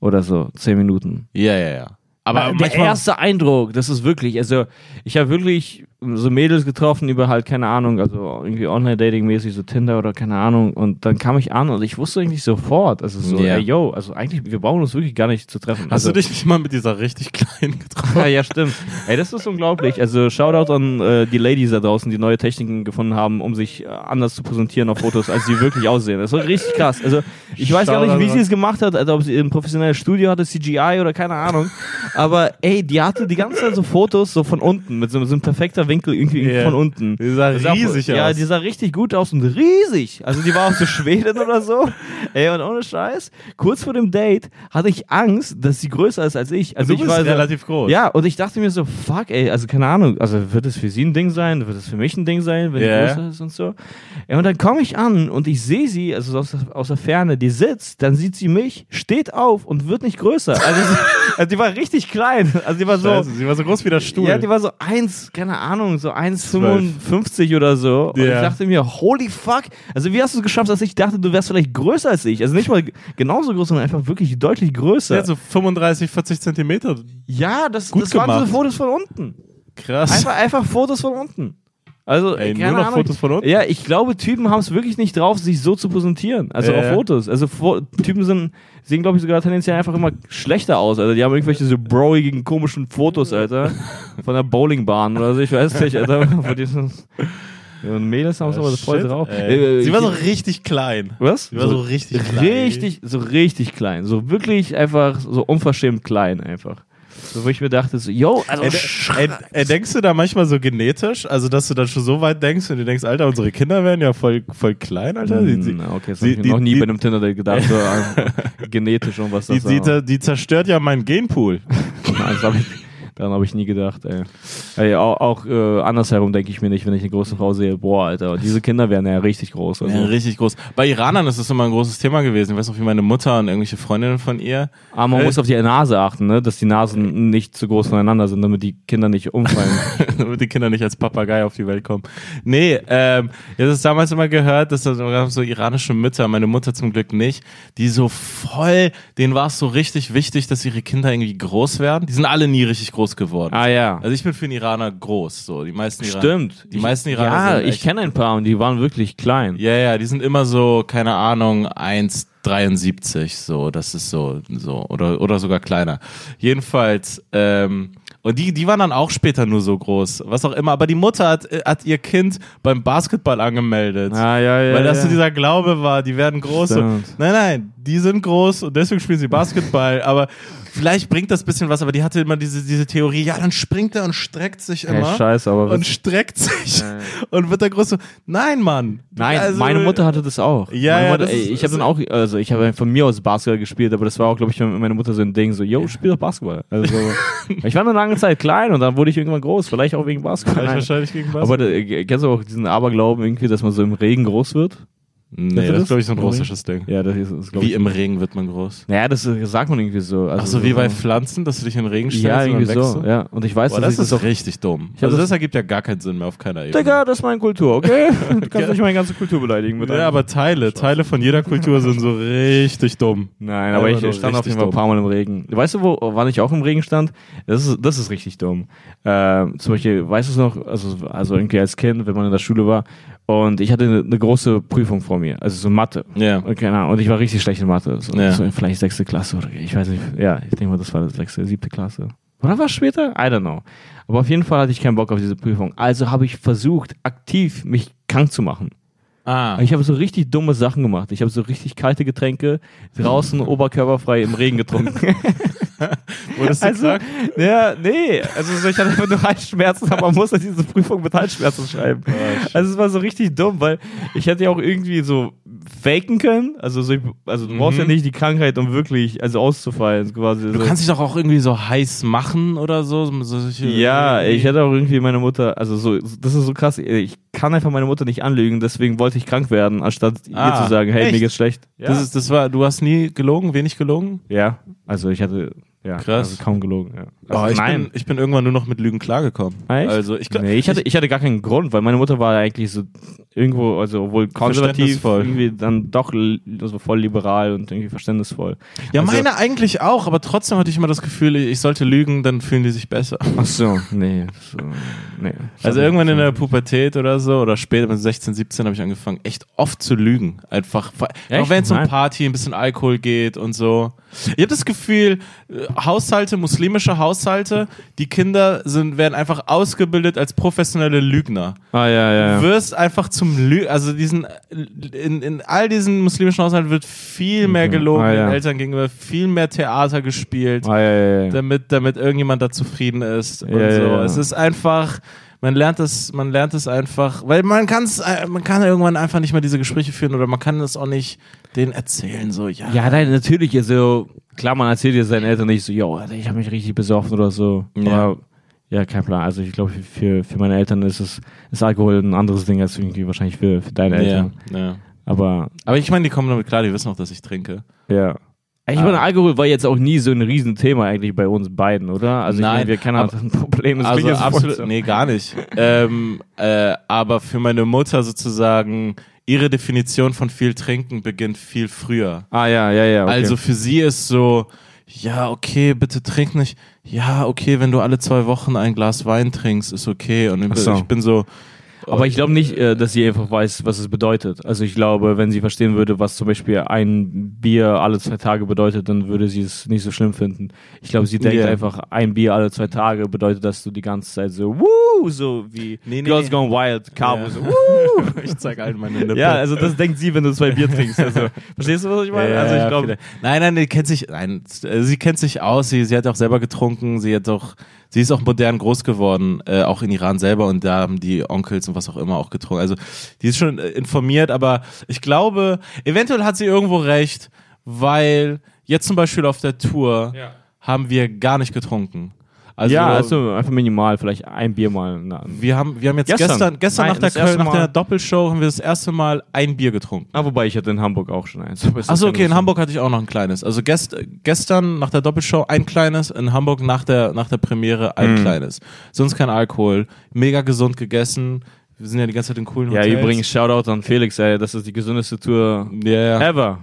B: oder so, 10 Minuten.
A: Ja, ja, ja. Aber
B: der
A: manchmal,
B: erste Eindruck, das ist wirklich, also ich habe wirklich so Mädels getroffen über halt, keine Ahnung, also irgendwie Online-Dating-mäßig, so Tinder oder keine Ahnung. Und dann kam ich an und ich wusste eigentlich sofort, also so,
A: Ja.
B: ey, yo, also eigentlich, wir brauchen uns wirklich gar nicht zu treffen.
A: hast
B: also,
A: du dich nicht mal mit dieser richtig kleinen getroffen?
B: Ja, ja, stimmt. Ey, das ist unglaublich. Also Shoutout an äh, die Ladies da draußen, die neue Techniken gefunden haben, um sich äh, anders zu präsentieren auf Fotos, als sie wirklich aussehen. Das ist richtig krass. Also ich weiß gar nicht,
A: Shoutout
B: wie sie
A: an-
B: es gemacht hat, also ob sie ein professionelles Studio hatte, CGI oder keine Ahnung. Aber ey, die hatte die ganze Zeit so Fotos so von unten, mit so, so einem perfekter Winkel irgendwie
A: Ja.
B: von unten.
A: Die sah
B: Das ist auch-
A: riesig
B: Ja,
A: aus.
B: die sah richtig gut aus und riesig. Also die war aus so Schweden oder so. Ey, und ohne Scheiß, kurz vor dem Date hatte ich Angst, dass sie größer ist als ich. Also
A: du
B: ich
A: bist
B: war so,
A: relativ groß.
B: ja, und ich dachte mir so, fuck, ey, also keine Ahnung, also wird es für sie ein Ding sein, wird es für mich ein Ding sein, wenn
A: Ja.
B: die größer ist und so. Ja, und dann komme ich an und ich sehe sie, also so aus, der- aus der Ferne, die sitzt, dann sieht sie mich, steht auf und wird nicht größer. Also, sie- also die war richtig klein. Also die war so.
A: Scheiße, sie war so groß wie der Stuhl.
B: Ja, die war so eins, keine Ahnung, so
A: 12.
B: 1,55 oder so. Und
A: Ja.
B: ich dachte mir, holy fuck. Also wie hast du es geschafft, dass ich dachte, du wärst vielleicht größer als ich. Also nicht mal genauso groß, sondern einfach wirklich deutlich größer.
A: Ja, so 35, 40 Zentimeter.
B: ja, das,
A: Gut
B: das waren so
A: gemacht.
B: Fotos von unten.
A: Krass.
B: Einfach, einfach Fotos von unten. Also,
A: Ey,
B: keine
A: nur noch
B: Ahnung.
A: Fotos von unten?
B: Ja, ich glaube, Typen haben es wirklich nicht drauf, sich so zu präsentieren. Also
A: Ja,
B: auf
A: ja.
B: Fotos. Also Fo Typen sind, sehen, glaube ich, sogar tendenziell einfach immer schlechter aus. Also die haben irgendwelche so broigen, komischen Fotos, Alter. Von der Bowlingbahn oder so. Ich weiß nicht, Alter. Von diesen, ja, und Mädels haben es aber voll
A: Shit,
B: drauf.
A: ey.
B: Äh,
A: Sie war so
B: ich-
A: richtig klein.
B: was?
A: Sie war so, richtig klein.
B: Richtig, so richtig klein. So wirklich einfach, so unverschämt klein einfach. So, wo ich mir dachte, so, yo, also
A: Ey, de- ey, ey, denkst du da manchmal so genetisch, also dass du dann schon so weit denkst und du denkst, Alter, unsere Kinder werden ja voll, voll klein, Alter. Die, die,
B: Mm, okay, das
A: sie-
B: habe ich
A: die-
B: noch nie
A: die-
B: bei einem Tinder-Date gedacht, so ähm, genetisch und was
A: die, halt
B: das
A: die,
B: war.
A: die zerstört ja meinen Genpool.
B: Nein, das habe ich, Daran habe ich nie gedacht, ey. ey auch auch äh, andersherum denke ich mir nicht, wenn ich eine große Frau sehe, boah, Alter, diese Kinder werden ja richtig groß. Also.
A: Ja, richtig groß. Bei Iranern ist das immer ein großes Thema gewesen. Ich weiß noch, wie meine Mutter und irgendwelche Freundinnen von ihr.
B: Aber man
A: Äh,
B: muss auf die Nase achten, ne? dass die Nasen nicht zu groß voneinander sind, damit die Kinder nicht umfallen.
A: damit die Kinder nicht als Papagei auf die Welt kommen. Nee, ähm, ich habe es damals immer gehört, dass da so- gab es so iranische Mütter, meine Mutter zum Glück nicht, die so voll, denen war es so richtig wichtig, dass ihre Kinder irgendwie groß werden. Die sind alle nie richtig groß geworden.
B: ah ja.
A: Also ich bin für einen Iraner groß, so die meisten Iraner.
B: Stimmt.
A: Die meisten Iraner
B: Ja,
A: sind echt-
B: ich kenne ein paar und die waren wirklich klein.
A: Ja, ja, die sind immer so, keine Ahnung, 1,73, so, das ist so, so, oder, oder sogar kleiner. Jedenfalls, ähm, und die, die waren dann auch später nur so groß, was auch immer. Aber die Mutter hat, äh, hat ihr Kind beim Basketball angemeldet.
B: Ah, ja, ja,
A: Weil das
B: ja.
A: so dieser Glaube war, die werden groß. Und,
B: Stimmt.
A: nein, nein, die sind groß und deswegen spielen sie Basketball. aber vielleicht bringt das bisschen was, aber die hatte immer diese, diese Theorie, ja, dann springt er und streckt sich
B: Ey,
A: immer.
B: scheiße, aber
A: und
B: was-
A: streckt sich und wird dann groß. So, nein, Mann.
B: Nein,
A: Also,
B: meine Mutter hatte das auch.
A: Ja,
B: meine
A: ja,
B: Mutter,
A: das
B: ey,
A: ist-
B: ich habe dann auch, also ich habe von mir aus Basketball gespielt, aber das war auch, glaube ich, meine Mutter so ein Ding, so, yo, spiel doch Basketball. Also, ich war eine lange Zeit klein und dann wurde ich irgendwann groß, vielleicht auch wegen Basketball.
A: Vielleicht
B: Nein.
A: wahrscheinlich gegen was?
B: Aber äh, kennst du auch diesen Aberglauben irgendwie, dass man so im Regen groß wird?
A: nee,
B: das
A: das
B: ist,
A: ist, glaube ich, so ein
B: im Ring.
A: russisches Ding.
B: Ja, das ist, ist glaube
A: Wie
B: ich.
A: im Regen wird man groß.
B: Naja, das äh, sagt man irgendwie so. Also,
A: Achso, wie bei Pflanzen, dass du dich in den Regen stellst
B: Ja,
A: und
B: irgendwie
A: dann wächst
B: so.
A: du?
B: Ja, und ich weiß,
A: Boah,
B: dass
A: das
B: ich das
A: ist
B: auch.
A: richtig dumm.
B: hab
A: Also
B: das-
A: das ergibt ja gar keinen Sinn mehr auf keiner Ebene.
B: Digga, das ist meine Kultur, okay? Du kannst nicht meine ganze Kultur beleidigen mit einem-
A: ja, aber Teile, Teile von jeder Kultur sind so richtig dumm.
B: Nein, aber
A: Ja,
B: ich
A: aber doch
B: stand auf
A: richtig
B: jeden Fall ein
A: dumm.
B: paar Mal im Regen. Weißt du, wo, wann ich auch im Regen stand? Das ist, das ist richtig dumm. Ähm, zum Beispiel, weißt du es noch, also, also irgendwie als Kind, wenn man in der Schule war, und ich hatte eine, eine große Prüfung vor mir, also so Mathe.
A: Ja.
B: Und, keine Ahnung, und ich war richtig schlecht in Mathe. So,
A: Ja.
B: so vielleicht sechste Klasse oder ich weiß nicht. Ja, ich denke mal, das war das sechste, siebte Klasse. Oder war es später? I don't know. Aber auf jeden Fall hatte ich keinen Bock auf diese Prüfung. Also habe ich versucht, aktiv mich krank zu machen.
A: Ah.
B: Ich habe so richtig dumme Sachen gemacht. Ich habe so richtig kalte Getränke draußen oberkörperfrei im Regen getrunken.
A: Wurdest du
B: Also,
A: krank?
B: ja, nee. Also so, ich hatte einfach nur Halsschmerzen, aber man muss halt diese Prüfung mit Halsschmerzen schreiben.
A: Oh,
B: Also es war so richtig dumm, weil ich hätte ja auch irgendwie so faken können. Also, so, ich- also du brauchst ja nicht die Krankheit, um wirklich also auszufallen. Quasi.
A: Mhm. Du
B: so.
A: kannst dich doch auch irgendwie so heiß machen oder so. so solche-
B: Ja, ich hätte auch irgendwie meine Mutter, also so, das ist so krass, ich kann einfach meine Mutter nicht anlügen, deswegen wollte ich krank werden, anstatt ihr
A: Ah,
B: zu sagen, hey, mir
A: echt?
B: geht's schlecht.
A: Das, ist, das war, du hast nie gelogen, wenig gelogen?
B: Ja, also ich hatte ja,
A: Krass.
B: Also kaum gelogen. Ja.
A: Oh,
B: Also
A: ich, Bin, ich bin irgendwann nur noch mit Lügen klargekommen.
B: Echt?
A: Also ich, gl-
B: nee, ich, hatte, ich hatte gar keinen Grund, weil meine Mutter war eigentlich so irgendwo, also obwohl konservativ,
A: Verständnisvoll.
B: irgendwie dann doch li- also voll liberal und irgendwie verständnisvoll.
A: Ja,
B: also,
A: meine eigentlich auch, aber trotzdem hatte ich immer das Gefühl, ich sollte lügen, dann fühlen die sich besser.
B: Ach so, nee. So, nee
A: Also irgendwann in der Pubertät oder so oder später mit 16, 17 habe ich angefangen, echt oft zu lügen. Einfach, vor-
B: Echt?
A: auch wenn es um
B: Nein.
A: Party, ein bisschen Alkohol geht und so. Ich habe das Gefühl, äh, Haushalte, muslimische Haushalte, die Kinder sind, werden einfach ausgebildet als professionelle Lügner.
B: Ah, ja, ja.
A: Du
B: ja.
A: wirst einfach zum Lügen, also diesen, in, in all diesen muslimischen Haushalten wird viel mehr gelogen
B: Ah, ja.
A: den Eltern gegenüber, viel mehr Theater gespielt
B: Ah, ja, ja, ja.
A: damit, damit irgendjemand da zufrieden ist und
B: Ja,
A: so.
B: ja, ja.
A: Es ist einfach, man lernt es, man lernt es einfach, weil man kann es, man kann irgendwann einfach nicht mehr diese Gespräche führen oder man kann es auch nicht denen erzählen, so, ja.
B: Ja, nein, natürlich, also klar, man erzählt jetzt seinen Eltern nicht so, yo, Alter, ich habe mich richtig besoffen oder so.
A: Ja.
B: Aber ja, kein Plan. Also ich glaube, für, für meine Eltern ist es ist Alkohol ein anderes Ding als irgendwie wahrscheinlich für, für deine
A: ja,
B: Eltern.
A: ja.
B: Aber
A: Aber ich meine, die kommen damit klar, die wissen auch, dass ich trinke.
B: ja. Ich
A: Ah.
B: meine, Alkohol war jetzt auch nie so ein Riesenthema eigentlich bei uns beiden, oder? Also ich
A: Nein,
B: meine, wir kennen
A: aber-
B: ein Problem. das
A: also
B: klingt jetzt voll
A: absolut,
B: so.
A: nee, gar nicht. ähm, äh, aber für meine Mutter sozusagen, ihre Definition von viel trinken beginnt viel früher.
B: Ah ja, ja, ja. Okay.
A: Also für sie ist so, ja, okay, bitte trink nicht. Ja, okay, wenn du alle zwei Wochen ein Glas Wein trinkst, ist okay. Und
B: Ach so.
A: ich bin so,
B: Aber ich glaube nicht, äh, dass sie einfach weiß, was es bedeutet. Also ich glaube, wenn sie verstehen würde, was zum Beispiel ein Bier alle zwei Tage bedeutet, dann würde sie es nicht so schlimm finden. Ich glaube, sie denkt
A: Yeah.
B: einfach, ein Bier alle zwei Tage bedeutet, dass du die ganze Zeit so, woo, so wie
A: Nee, nee.
B: Girls Gone Wild, Cabo,
A: Ja.
B: so, woo.
A: ich zeig allen meine Nippel.
B: Ja, also das denkt sie, wenn du zwei Bier trinkst. Also, verstehst du, was ich meine? also ich glaube,
A: nein, nein, die kennt sich, nein, äh, sie kennt sich aus. Sie, sie hat auch selber getrunken. Sie hat auch, sie ist auch modern groß geworden, äh, auch in Iran selber. Und da haben die Onkels und was auch immer auch getrunken. Also die ist schon äh, informiert, aber ich glaube, eventuell hat sie irgendwo recht,
B: Also
A: weil jetzt zum Beispiel auf der Tour haben wir gar nicht getrunken. Also,
B: ja, also einfach minimal, vielleicht ein Bier mal. Na,
A: wir haben, wir haben jetzt
B: Gestern.
A: gestern, gestern,
B: Nein,
A: nach, der
B: das erste
A: Köln, nach
B: Mal.
A: der Doppelshow haben wir das erste Mal ein Bier getrunken.
B: ah, wobei ich hatte in Hamburg auch schon eins. Aber es ist
A: Achso,
B: ja
A: okay,
B: nicht
A: in
B: so-
A: Hamburg hatte ich auch noch ein kleines. Also gest, gestern nach der Doppelshow ein kleines, in Hamburg nach der, nach der Premiere ein
B: Hm.
A: kleines. Sonst kein Alkohol, mega gesund gegessen. Wir sind ja die ganze Zeit in coolen
B: Ja,
A: Hotels.
B: übrigens, Shoutout an Felix, ey, das ist die gesündeste Tour
A: Ja, ja.
B: ever.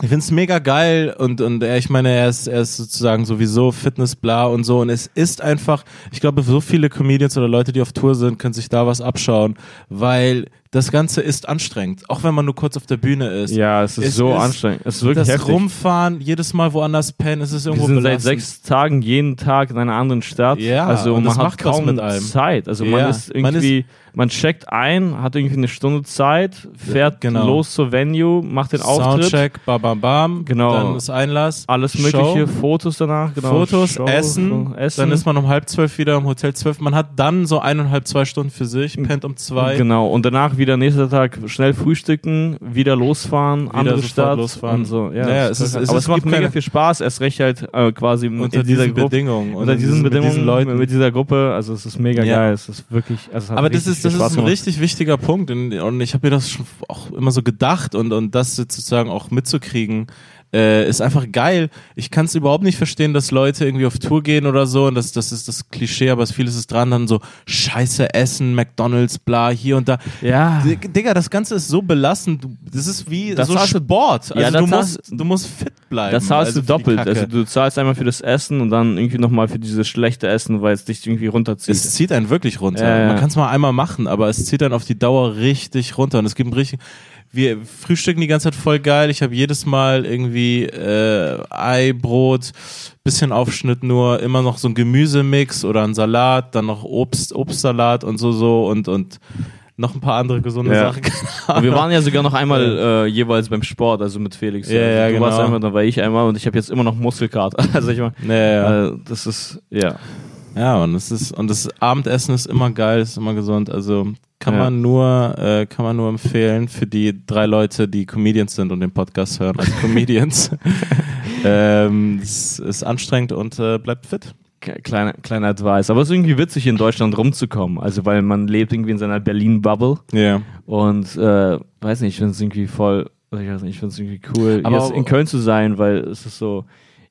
A: Ich find's mega geil und, und äh, ich meine, er ist, er ist sozusagen sowieso Fitness bla und so und es ist einfach, ich glaube, so viele Comedians oder Leute, die auf Tour sind, können sich da was abschauen, weil das Ganze ist anstrengend, auch wenn man nur kurz auf der Bühne ist.
B: Ja, es ist
A: Es
B: so
A: ist-
B: anstrengend. Es ist wirklich
A: das
B: heftig.
A: Rumfahren, jedes Mal woanders pennen, es ist
B: Wir
A: irgendwo
B: sind seit
A: belastend.
B: sechs Tagen jeden Tag in einer anderen Stadt.
A: Ja,
B: also
A: und
B: man
A: das
B: hat
A: macht was
B: kaum
A: mit einem.
B: Zeit. Also
A: Ja,
B: man ist
A: man
B: irgendwie, man, checkt ein, hat irgendwie eine Stunde Zeit, fährt
A: genau.
B: los zur Venue, macht den Auftritt,
A: Soundcheck, bam, bam, bam.
B: Genau.
A: Dann ist Einlass.
B: alles
A: Show,
B: mögliche, Fotos danach, genau.
A: Fotos,
B: Show,
A: Essen,
B: so, Essen.
A: Dann ist man um halb zwölf wieder im Hotel zwölf. Man hat dann so eineinhalb, zwei Stunden für sich, pennt um zwei.
B: Genau, und danach wieder nächster Tag schnell frühstücken, wieder losfahren, andere
A: sofort
B: Stadt
A: losfahren.
B: und so. Ja,
A: Naja,
B: es
A: es ist- es
B: aber
A: ist-
B: es macht
A: gibt
B: mega
A: keine-
B: viel Spaß, erst recht halt äh, quasi
A: Unter
B: in dieser
A: diesen
B: Gruppe,
A: Bedingungen.
B: unter diesen
A: mit
B: Bedingungen,
A: diesen Leuten.
B: mit dieser Gruppe, also es ist mega
A: Ja.
B: geil, es ist wirklich, also es hat
A: Aber das
B: richtig
A: ist, das
B: viel
A: ist
B: Spaß
A: ein
B: gemacht.
A: richtig wichtiger Punkt und, und ich habe mir das schon auch immer so gedacht und, und das jetzt sozusagen auch mitzukriegen, äh, ist einfach geil. Ich kann es überhaupt nicht verstehen, dass Leute irgendwie auf Tour gehen oder so und das, das ist das Klischee, aber es vieles ist dran, dann so scheiße Essen, McDonalds, bla, hier und da.
B: Ja.
A: Dig- Digga, das Ganze ist so belastend. Du- Das ist wie
B: Das
A: so
B: hast du-
A: Sport. Also
B: Ja, das
A: du, musst,
B: hast-
A: du musst fit bleiben.
B: Das zahlst
A: also
B: du
A: für die
B: doppelt.
A: Kacke.
B: Also du zahlst einmal für das Essen und dann irgendwie nochmal für dieses schlechte Essen, weil es dich irgendwie runterzieht.
A: Es zieht einen wirklich runter.
B: Ja, ja.
A: Man kann es mal einmal machen, aber es zieht dann auf die Dauer richtig runter. Und es gibt einen richtig. Wir frühstücken die ganze Zeit voll geil. Ich habe jedes Mal irgendwie äh, Ei, Brot, bisschen Aufschnitt nur, immer noch so ein Gemüsemix oder ein Salat, dann noch Obst, Obstsalat und so so und und noch ein paar andere gesunde
B: Ja.
A: Sachen.
B: Und wir waren ja sogar noch einmal äh, jeweils beim Sport, also mit Felix.
A: Ja,
B: also
A: ja,
B: du
A: genau.
B: warst einmal, dann war ich einmal und ich habe jetzt immer noch Muskelkater. Also ich meine,
A: Ja, ja.
B: äh, das ist, ja.
A: ja und es ist und das Abendessen ist immer geil, ist immer gesund. Also kann
B: Ja.
A: man nur äh, kann man nur empfehlen für die drei Leute, die Comedians sind und den Podcast hören als Comedians. ähm, es ist anstrengend und äh, bleibt fit.
B: Ke- Kleiner, kleiner Advice. Aber es ist irgendwie witzig, in Deutschland rumzukommen. Also, weil man lebt irgendwie in seiner Berlin-Bubble
A: Ja.
B: und äh, weiß nicht, ich finde es irgendwie voll, also ich weiß nicht, ich finde es irgendwie cool,
A: Aber-
B: jetzt in Köln zu sein, weil es ist so,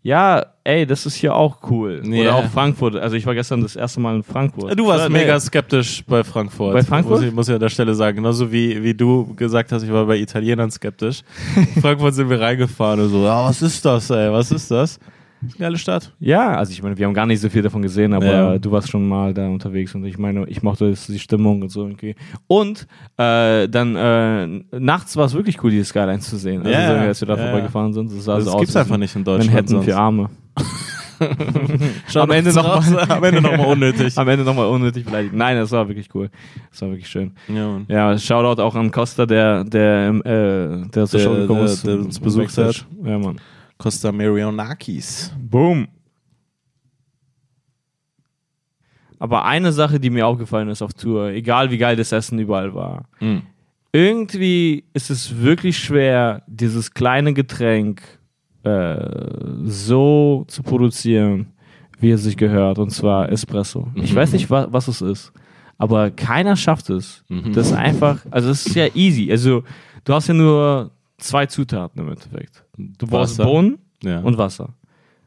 B: ja, ey, das ist hier auch cool.
A: Ja.
B: Oder auch Frankfurt. Also, ich war gestern das erste Mal in Frankfurt.
A: Du warst
B: Äh, nee,
A: mega skeptisch bei Frankfurt.
B: Bei Frankfurt?
A: Muss ich, muss ich an der Stelle sagen. Genauso wie, wie du gesagt hast, ich war bei Italienern skeptisch. Frankfurt sind wir reingefahren und so, ja, was ist das, ey? Was ist das? Geile Stadt.
B: Ja, also ich meine, wir haben gar nicht so viel davon gesehen, aber
A: Ja.
B: du warst schon mal da unterwegs und ich meine, ich mochte es, die Stimmung und so irgendwie. Und äh, dann äh, nachts war es wirklich cool, die Skyline zu sehen. Also
A: Ja,
B: so, als wir da
A: ja, Also
B: vorbeigefahren sind, das sah
A: Das
B: so aus.
A: gibt's
B: wie
A: einfach nicht in Deutschland
B: Also Manhattan
A: sonst.
B: für Arme.
A: Schau
B: Am
A: doch
B: Ende
A: jetzt
B: noch
A: raus.
B: mal-
A: am Ende nochmal unnötig.
B: Am Ende nochmal unnötig beleidigt. Nein, das war wirklich cool. Das war wirklich schön.
A: Ja, Mann.
B: Ja, Shoutout auch an Costa, der, der, ähm, äh, der zur
A: Der-
B: Show gekommen
A: der-
B: ist.
A: der uns besucht hat.
B: Ja, Mann.
A: Costa Marionakis.
B: Boom. Aber eine Sache, die mir aufgefallen ist auf Tour, egal wie geil das Essen überall war,
A: Hm.
B: irgendwie ist es wirklich schwer, dieses kleine Getränk äh, so zu produzieren, wie es sich gehört, und zwar Espresso.
A: Mhm.
B: Ich weiß nicht, wa was es ist, aber keiner schafft es.
A: Mhm.
B: Das ist einfach, also es ist ja easy. Also du hast ja nur zwei Zutaten im Endeffekt. Du brauchst
A: Wasser.
B: Bohnen
A: Ja.
B: und Wasser.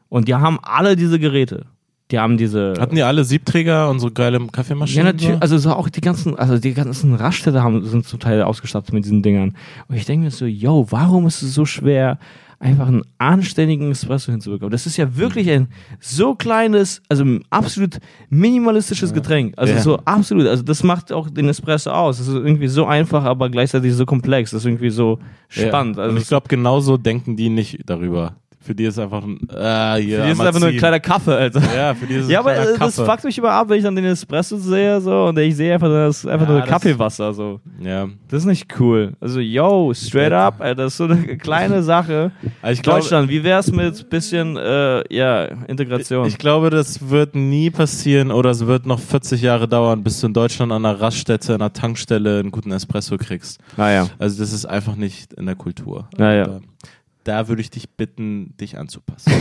B: Und die haben alle diese Geräte. Die haben diese.
A: Hatten die alle Siebträger und so geile
B: ja,
A: Kaffeemaschinen?
B: natürlich. Also so auch die ganzen, also die ganzen Raststätte haben, sind zum Teil ausgestattet mit diesen Dingern. Und ich denke mir so, yo, warum ist es so schwer, einfach einen anständigen Espresso hinzubekommen? Das ist ja wirklich ein so kleines, also ein absolut minimalistisches Getränk. Also
A: Ja.
B: so absolut. Also das macht auch den Espresso aus. Das ist irgendwie so einfach, aber gleichzeitig so komplex. Das ist irgendwie so
A: Ja.
B: spannend. Also
A: und ich glaube, genauso denken die nicht darüber. Für die ist einfach ein. Äh, ja,
B: hier ist es einfach nur ein kleiner Kaffee, Alter.
A: Ja, für die ist es
B: Ja,
A: ein
B: aber
A: kleiner
B: äh, das
A: Kaffee.
B: fuckt mich immer ab, wenn ich dann den Espresso sehe so und ich sehe einfach, das ist einfach
A: Ja,
B: nur
A: das-
B: Kaffeewasser so.
A: Ja.
B: Das ist nicht cool. Also yo, straight up, ey, das ist so eine kleine Sache.
A: Also ich glaube,
B: Deutschland, wie wär's mit bisschen äh, ja, Integration?
A: ich glaube, das wird nie passieren oder es wird noch 40 Jahre dauern, bis du in Deutschland an einer Raststätte, an einer Tankstelle einen guten Espresso kriegst.
B: naja.
A: Also das ist einfach nicht in der Kultur.
B: Ah, Ja, ja.
A: Da, da würde ich dich bitten, dich anzupassen.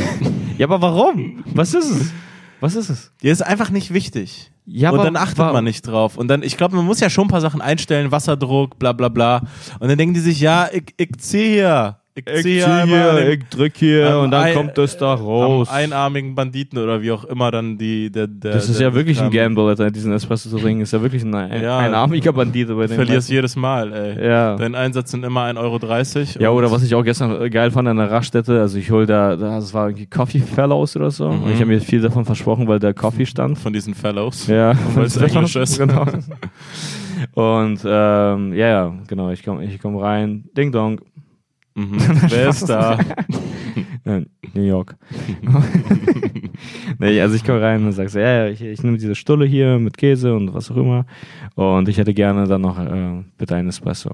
B: Ja, aber warum? Was ist es? Was ist es?
A: Die ist einfach nicht wichtig.
B: Ja,
A: und
B: aber
A: dann achtet
B: wa-
A: man nicht drauf. Und dann, ich glaube, man muss ja schon ein paar Sachen einstellen, Wasserdruck, bla bla bla. Und dann denken die sich, ja, ich, ich zieh hier. Ich zieh hier, einmal den-
B: drück hier
A: am Ei-
B: das da
A: am einarmigen Banditen oder wie auch immer dann die. Der, der,
B: Das ist
A: der
B: ja wirklich ein
A: Kram.
B: Gamble, Alter, diesen Espresso zu trinken. Ist ja wirklich ein, ein
A: Ja.
B: einarmiger Bandit. Bei
A: Du
B: dem
A: verlierst jedes Mal, ey.
B: Ja.
A: Dein Einsatz sind immer 1,30 Euro.
B: Ja,
A: und-
B: oder was ich auch gestern äh, geil fand an der Raststätte, also ich hol da, da- das war irgendwie Coffee Fellows oder so. Und ich habe mir viel davon versprochen, weil da Coffee stand.
A: Von diesen Fellows.
B: Ja,
A: weil es Englisch ist.
B: Genau. Und ähm, ja, ja, genau, ich komme ich komm rein. Ding Dong,
A: Mhm. Wer ist da?
B: äh, New York. nee, also ich komme rein und sage so, ja, ja, ich, ich nehme diese Stulle hier mit Käse und was auch immer. Und ich hätte gerne dann noch äh, bitte einen Espresso.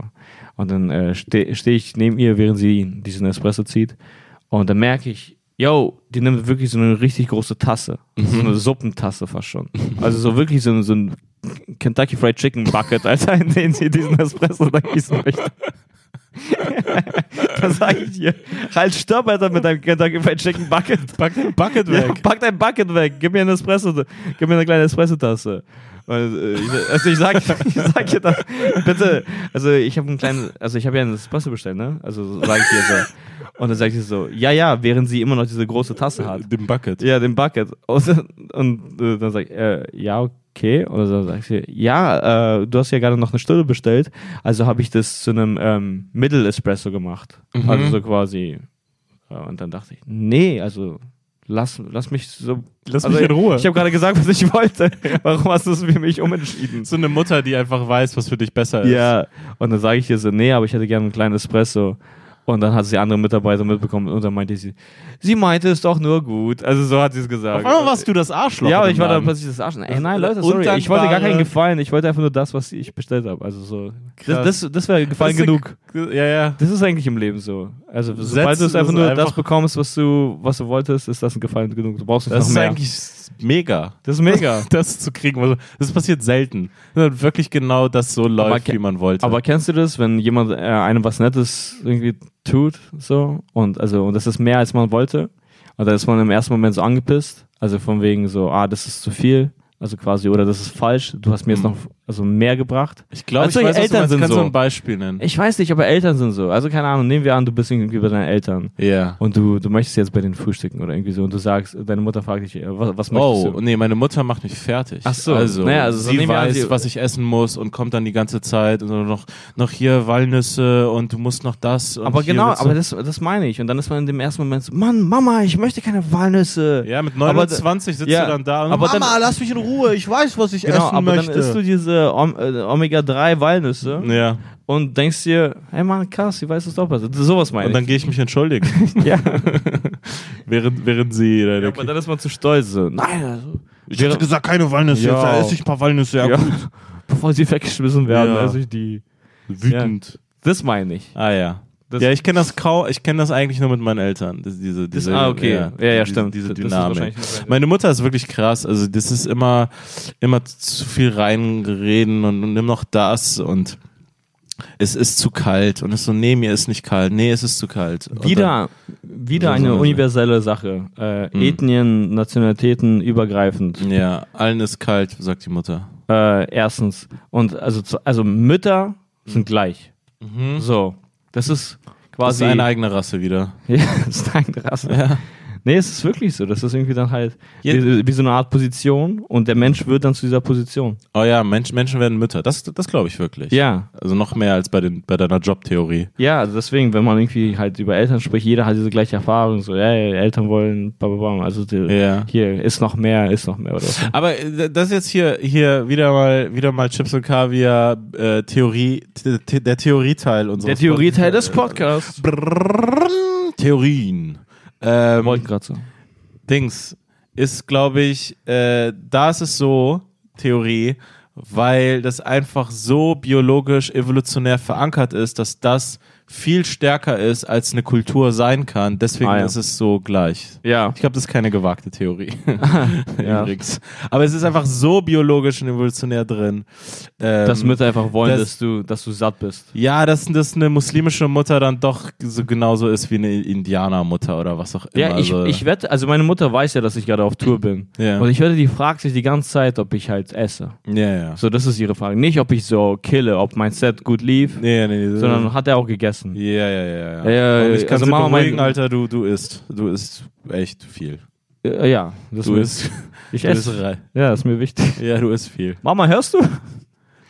B: Und dann äh, stehe steh ich neben ihr, während sie diesen Espresso zieht. Und dann merke ich, yo, die nimmt wirklich so eine richtig große Tasse.
A: Mhm.
B: So eine Suppentasse fast schon. Also so wirklich so, ein- so ein Kentucky Fried Chicken Bucket, Alter, in den sie diesen Espresso da gießen möchte. da sage ich dir, halt stopp, Alter, mit deinem Kentucky Fried Chicken Bucket.
A: Pack den Bucket
B: Ja,
A: weg.
B: pack dein Bucket weg, gib mir eine Espresso, gib mir eine kleine Espressotasse. Und, äh, ich- Also ich sag, ich sag dir das, bitte, also ich habe einen kleinen, also ich habe ja einen Espresso bestellt, ne? Also sage ich dir so. Und dann sag ich dir so, ja, ja, während sie immer noch diese große Tasse hat.
A: Den Bucket.
B: Ja, den Bucket. Und, und äh, dann sag ich, äh, ja, okay. Und dann sag ich, ja, äh, du hast ja gerade noch eine Stulle bestellt, also habe ich das zu einem ähm, Mittel-Espresso gemacht.
A: Mhm.
B: Also so quasi. äh, Und dann dachte ich, nee, also lass, lass mich so.
A: Lass
B: also,
A: mich in Ruhe.
B: Ich habe gerade gesagt, was ich wollte. Warum hast du es für mich umentschieden?
A: So eine Mutter, die einfach weiß, was für dich besser ist.
B: Ja, und dann sage ich ihr so, nee, aber ich hätte gerne einen kleinen Espresso. Und dann hat sie andere Mitarbeiter mitbekommen und dann meinte sie, sie meinte es doch nur gut. Also so hat sie es
A: Auf
B: gesagt.
A: einmal warst du das Arschloch.
B: ja, aber
A: in
B: ich
A: dem
B: war dann
A: Laden.
B: plötzlich das Arsch. Ey, nein, Leute, sorry, ich wollte gar keinen Gefallen. Ich wollte einfach nur das, was ich bestellt habe. Also so,
A: Krass.
B: das, das, das wäre
A: Das
B: Gefallen
A: ist eine-
B: genug.
A: Ja, ja.
B: Das ist eigentlich im Leben so. Also sobald du es
A: Setzen
B: einfach
A: ist
B: nur das
A: einfach-
B: bekommst, was du, was du wolltest, ist das ein Gefallen genug. Du brauchst nicht
A: Das
B: noch
A: ist
B: mehr.
A: eigentlich mega.
B: das ist mega.
A: Das zu kriegen. Also, Das passiert selten. Sondern Wirklich genau das so läuft,
B: ke-
A: wie man wollte.
B: Aber kennst du das, wenn jemand äh, einem was Nettes irgendwie tut, so und also und das ist mehr als man wollte, und dann ist man im ersten Moment so angepisst, also von wegen so, ah, das ist zu viel, also quasi oder das ist falsch, du hast mir jetzt noch also mehr gebracht.
A: ich glaube,
B: Also,
A: ich
B: die
A: weiß, was
B: Eltern
A: du meinst.
B: sind
A: Kannst
B: so.
A: du ein Beispiel nennen?
B: Ich weiß nicht, aber Eltern sind so. Also keine Ahnung, nehmen wir an, du bist irgendwie bei deinen Eltern
A: Ja.
B: und du du möchtest jetzt bei den frühstücken oder irgendwie so und du sagst, deine Mutter fragt dich, äh, was, was möchtest
A: Oh,
B: du?
A: nee, meine Mutter macht mich fertig.
B: Ach so.
A: Also,
B: Naja, also so
A: sie
B: nehmen wir an,
A: weiß,
B: sie-
A: was ich essen muss und kommt dann die ganze Zeit und so noch, noch hier Walnüsse und du musst noch das. Und
B: Aber
A: hier
B: genau,
A: willst du-
B: aber das, das meine ich. Und dann ist man in dem ersten Moment so, Mann, Mama, ich möchte keine Walnüsse.
A: Ja, mit
B: Aber da-
A: 29 sitzt
B: ja,
A: du dann da und
B: aber
A: Mama,
B: dann-
A: lass mich in Ruhe, ich weiß, was ich
B: Genau,
A: essen
B: aber
A: möchte.
B: dann isst du diese Om- äh, Omega-3 Walnüsse
A: ja,
B: und denkst dir, hey Mann, krass, sie weiß es doch besser. Sowas meine
A: und dann gehe ich mich entschuldigen,
B: ich. Ja.
A: während, während sie...
B: ja, aber dann ist man zu stolz. So. Nein, also,
A: ich hätte gesagt, keine Walnüsse,
B: Ja.
A: jetzt da esse ich ein paar Walnüsse, ja,
B: ja,
A: Gut.
B: bevor sie weggeschmissen werden,
A: Ja.
B: also ich die.
A: wütend.
B: Das meine ich.
A: Ah ja.
B: Das-
A: ja, ich kenne das kaum, ich kenne das eigentlich nur mit meinen Eltern. Das, diese,
B: Das-
A: diese,
B: ah, okay. Ja, ja,
A: diese,
B: stimmt.
A: Diese
B: Das ist
A: Dynamik.
B: wahrscheinlich eine-
A: Meine Mutter ist wirklich krass. Also, das ist immer, immer zu viel reinreden und, und nimm noch das und es ist zu kalt und es so, nee, mir ist nicht kalt. Nee, es ist zu kalt. Und dann-
B: Wieder, wieder
A: So, so,
B: eine
A: so.
B: universelle Sache. Äh,
A: Hm.
B: Ethnien, Nationalitäten übergreifend.
A: Ja, allen ist kalt, sagt die Mutter.
B: Äh, erstens. Und also, zu- also Mütter sind gleich. So. Das ist
A: Mhm. Das
B: quasi.
A: ist eine eigene Rasse wieder.
B: Ja, das ist eine Rasse. Nee, es ist wirklich so. Das ist irgendwie dann halt
A: Ja.
B: wie, wie so eine Art Position und der Mensch wird dann zu dieser Position.
A: Oh ja, Mensch, Menschen werden Mütter. Das, das glaube ich wirklich.
B: Ja.
A: Also noch mehr als bei, den, bei deiner Jobtheorie.
B: Ja, also deswegen, wenn man irgendwie halt über Eltern spricht, jeder hat diese gleiche Erfahrung, so, ey, Eltern wollen, bla, bla, bla. Also, die,
A: Ja.
B: hier, ist noch mehr, ist noch mehr, oder so.
A: Aber äh, das ist jetzt hier, hier wieder mal, wieder mal Chips und Kaviar, äh, Theorie, t- t- der Theorieteil unseres
B: Der Theorieteil des Podcasts.
A: Brrrr, Theorien. Ähm,
B: Wollten gerade so.
A: Dings ist, glaube ich, äh, da ist es so, Theorie, weil das einfach so biologisch evolutionär verankert ist, dass das viel stärker ist, als eine Kultur sein kann. Deswegen
B: Ah, ja.
A: ist es so gleich.
B: Ja.
A: Ich glaube, das ist keine gewagte Theorie.
B: Ja.
A: Übrigens. Aber es ist einfach so biologisch und evolutionär drin. Ähm,
B: Dass Mütter einfach wollen,
A: das-
B: dass, du, dass du satt bist.
A: ja, dass, dass eine muslimische Mutter dann doch so genauso ist wie eine Indianermutter oder was auch immer.
B: Ja, ich,
A: also,
B: ich wette, also meine Mutter weiß ja, dass ich gerade auf Tour bin.
A: Ja.
B: Und ich wette, die fragt sich die ganze Zeit, ob ich halt esse.
A: ja, ja.
B: So, das ist ihre Frage. Nicht, ob ich so kille, ob mein Set gut lief,
A: Nee, nee, nee.
B: sondern hat er auch gegessen.
A: Ja, ja, ja. ja.
B: Ja, ja,
A: Und ich kann
B: also
A: sie
B: Mama meint-
A: beruhigen, Alter, du, du isst. Du isst echt viel.
B: Äh, Ja, das
A: Du
B: mir-
A: isst.
B: Ich
A: du
B: esse.
A: isst rein.
B: Ja, ist mir wichtig.
A: Ja, du isst viel.
B: Mama, hörst du?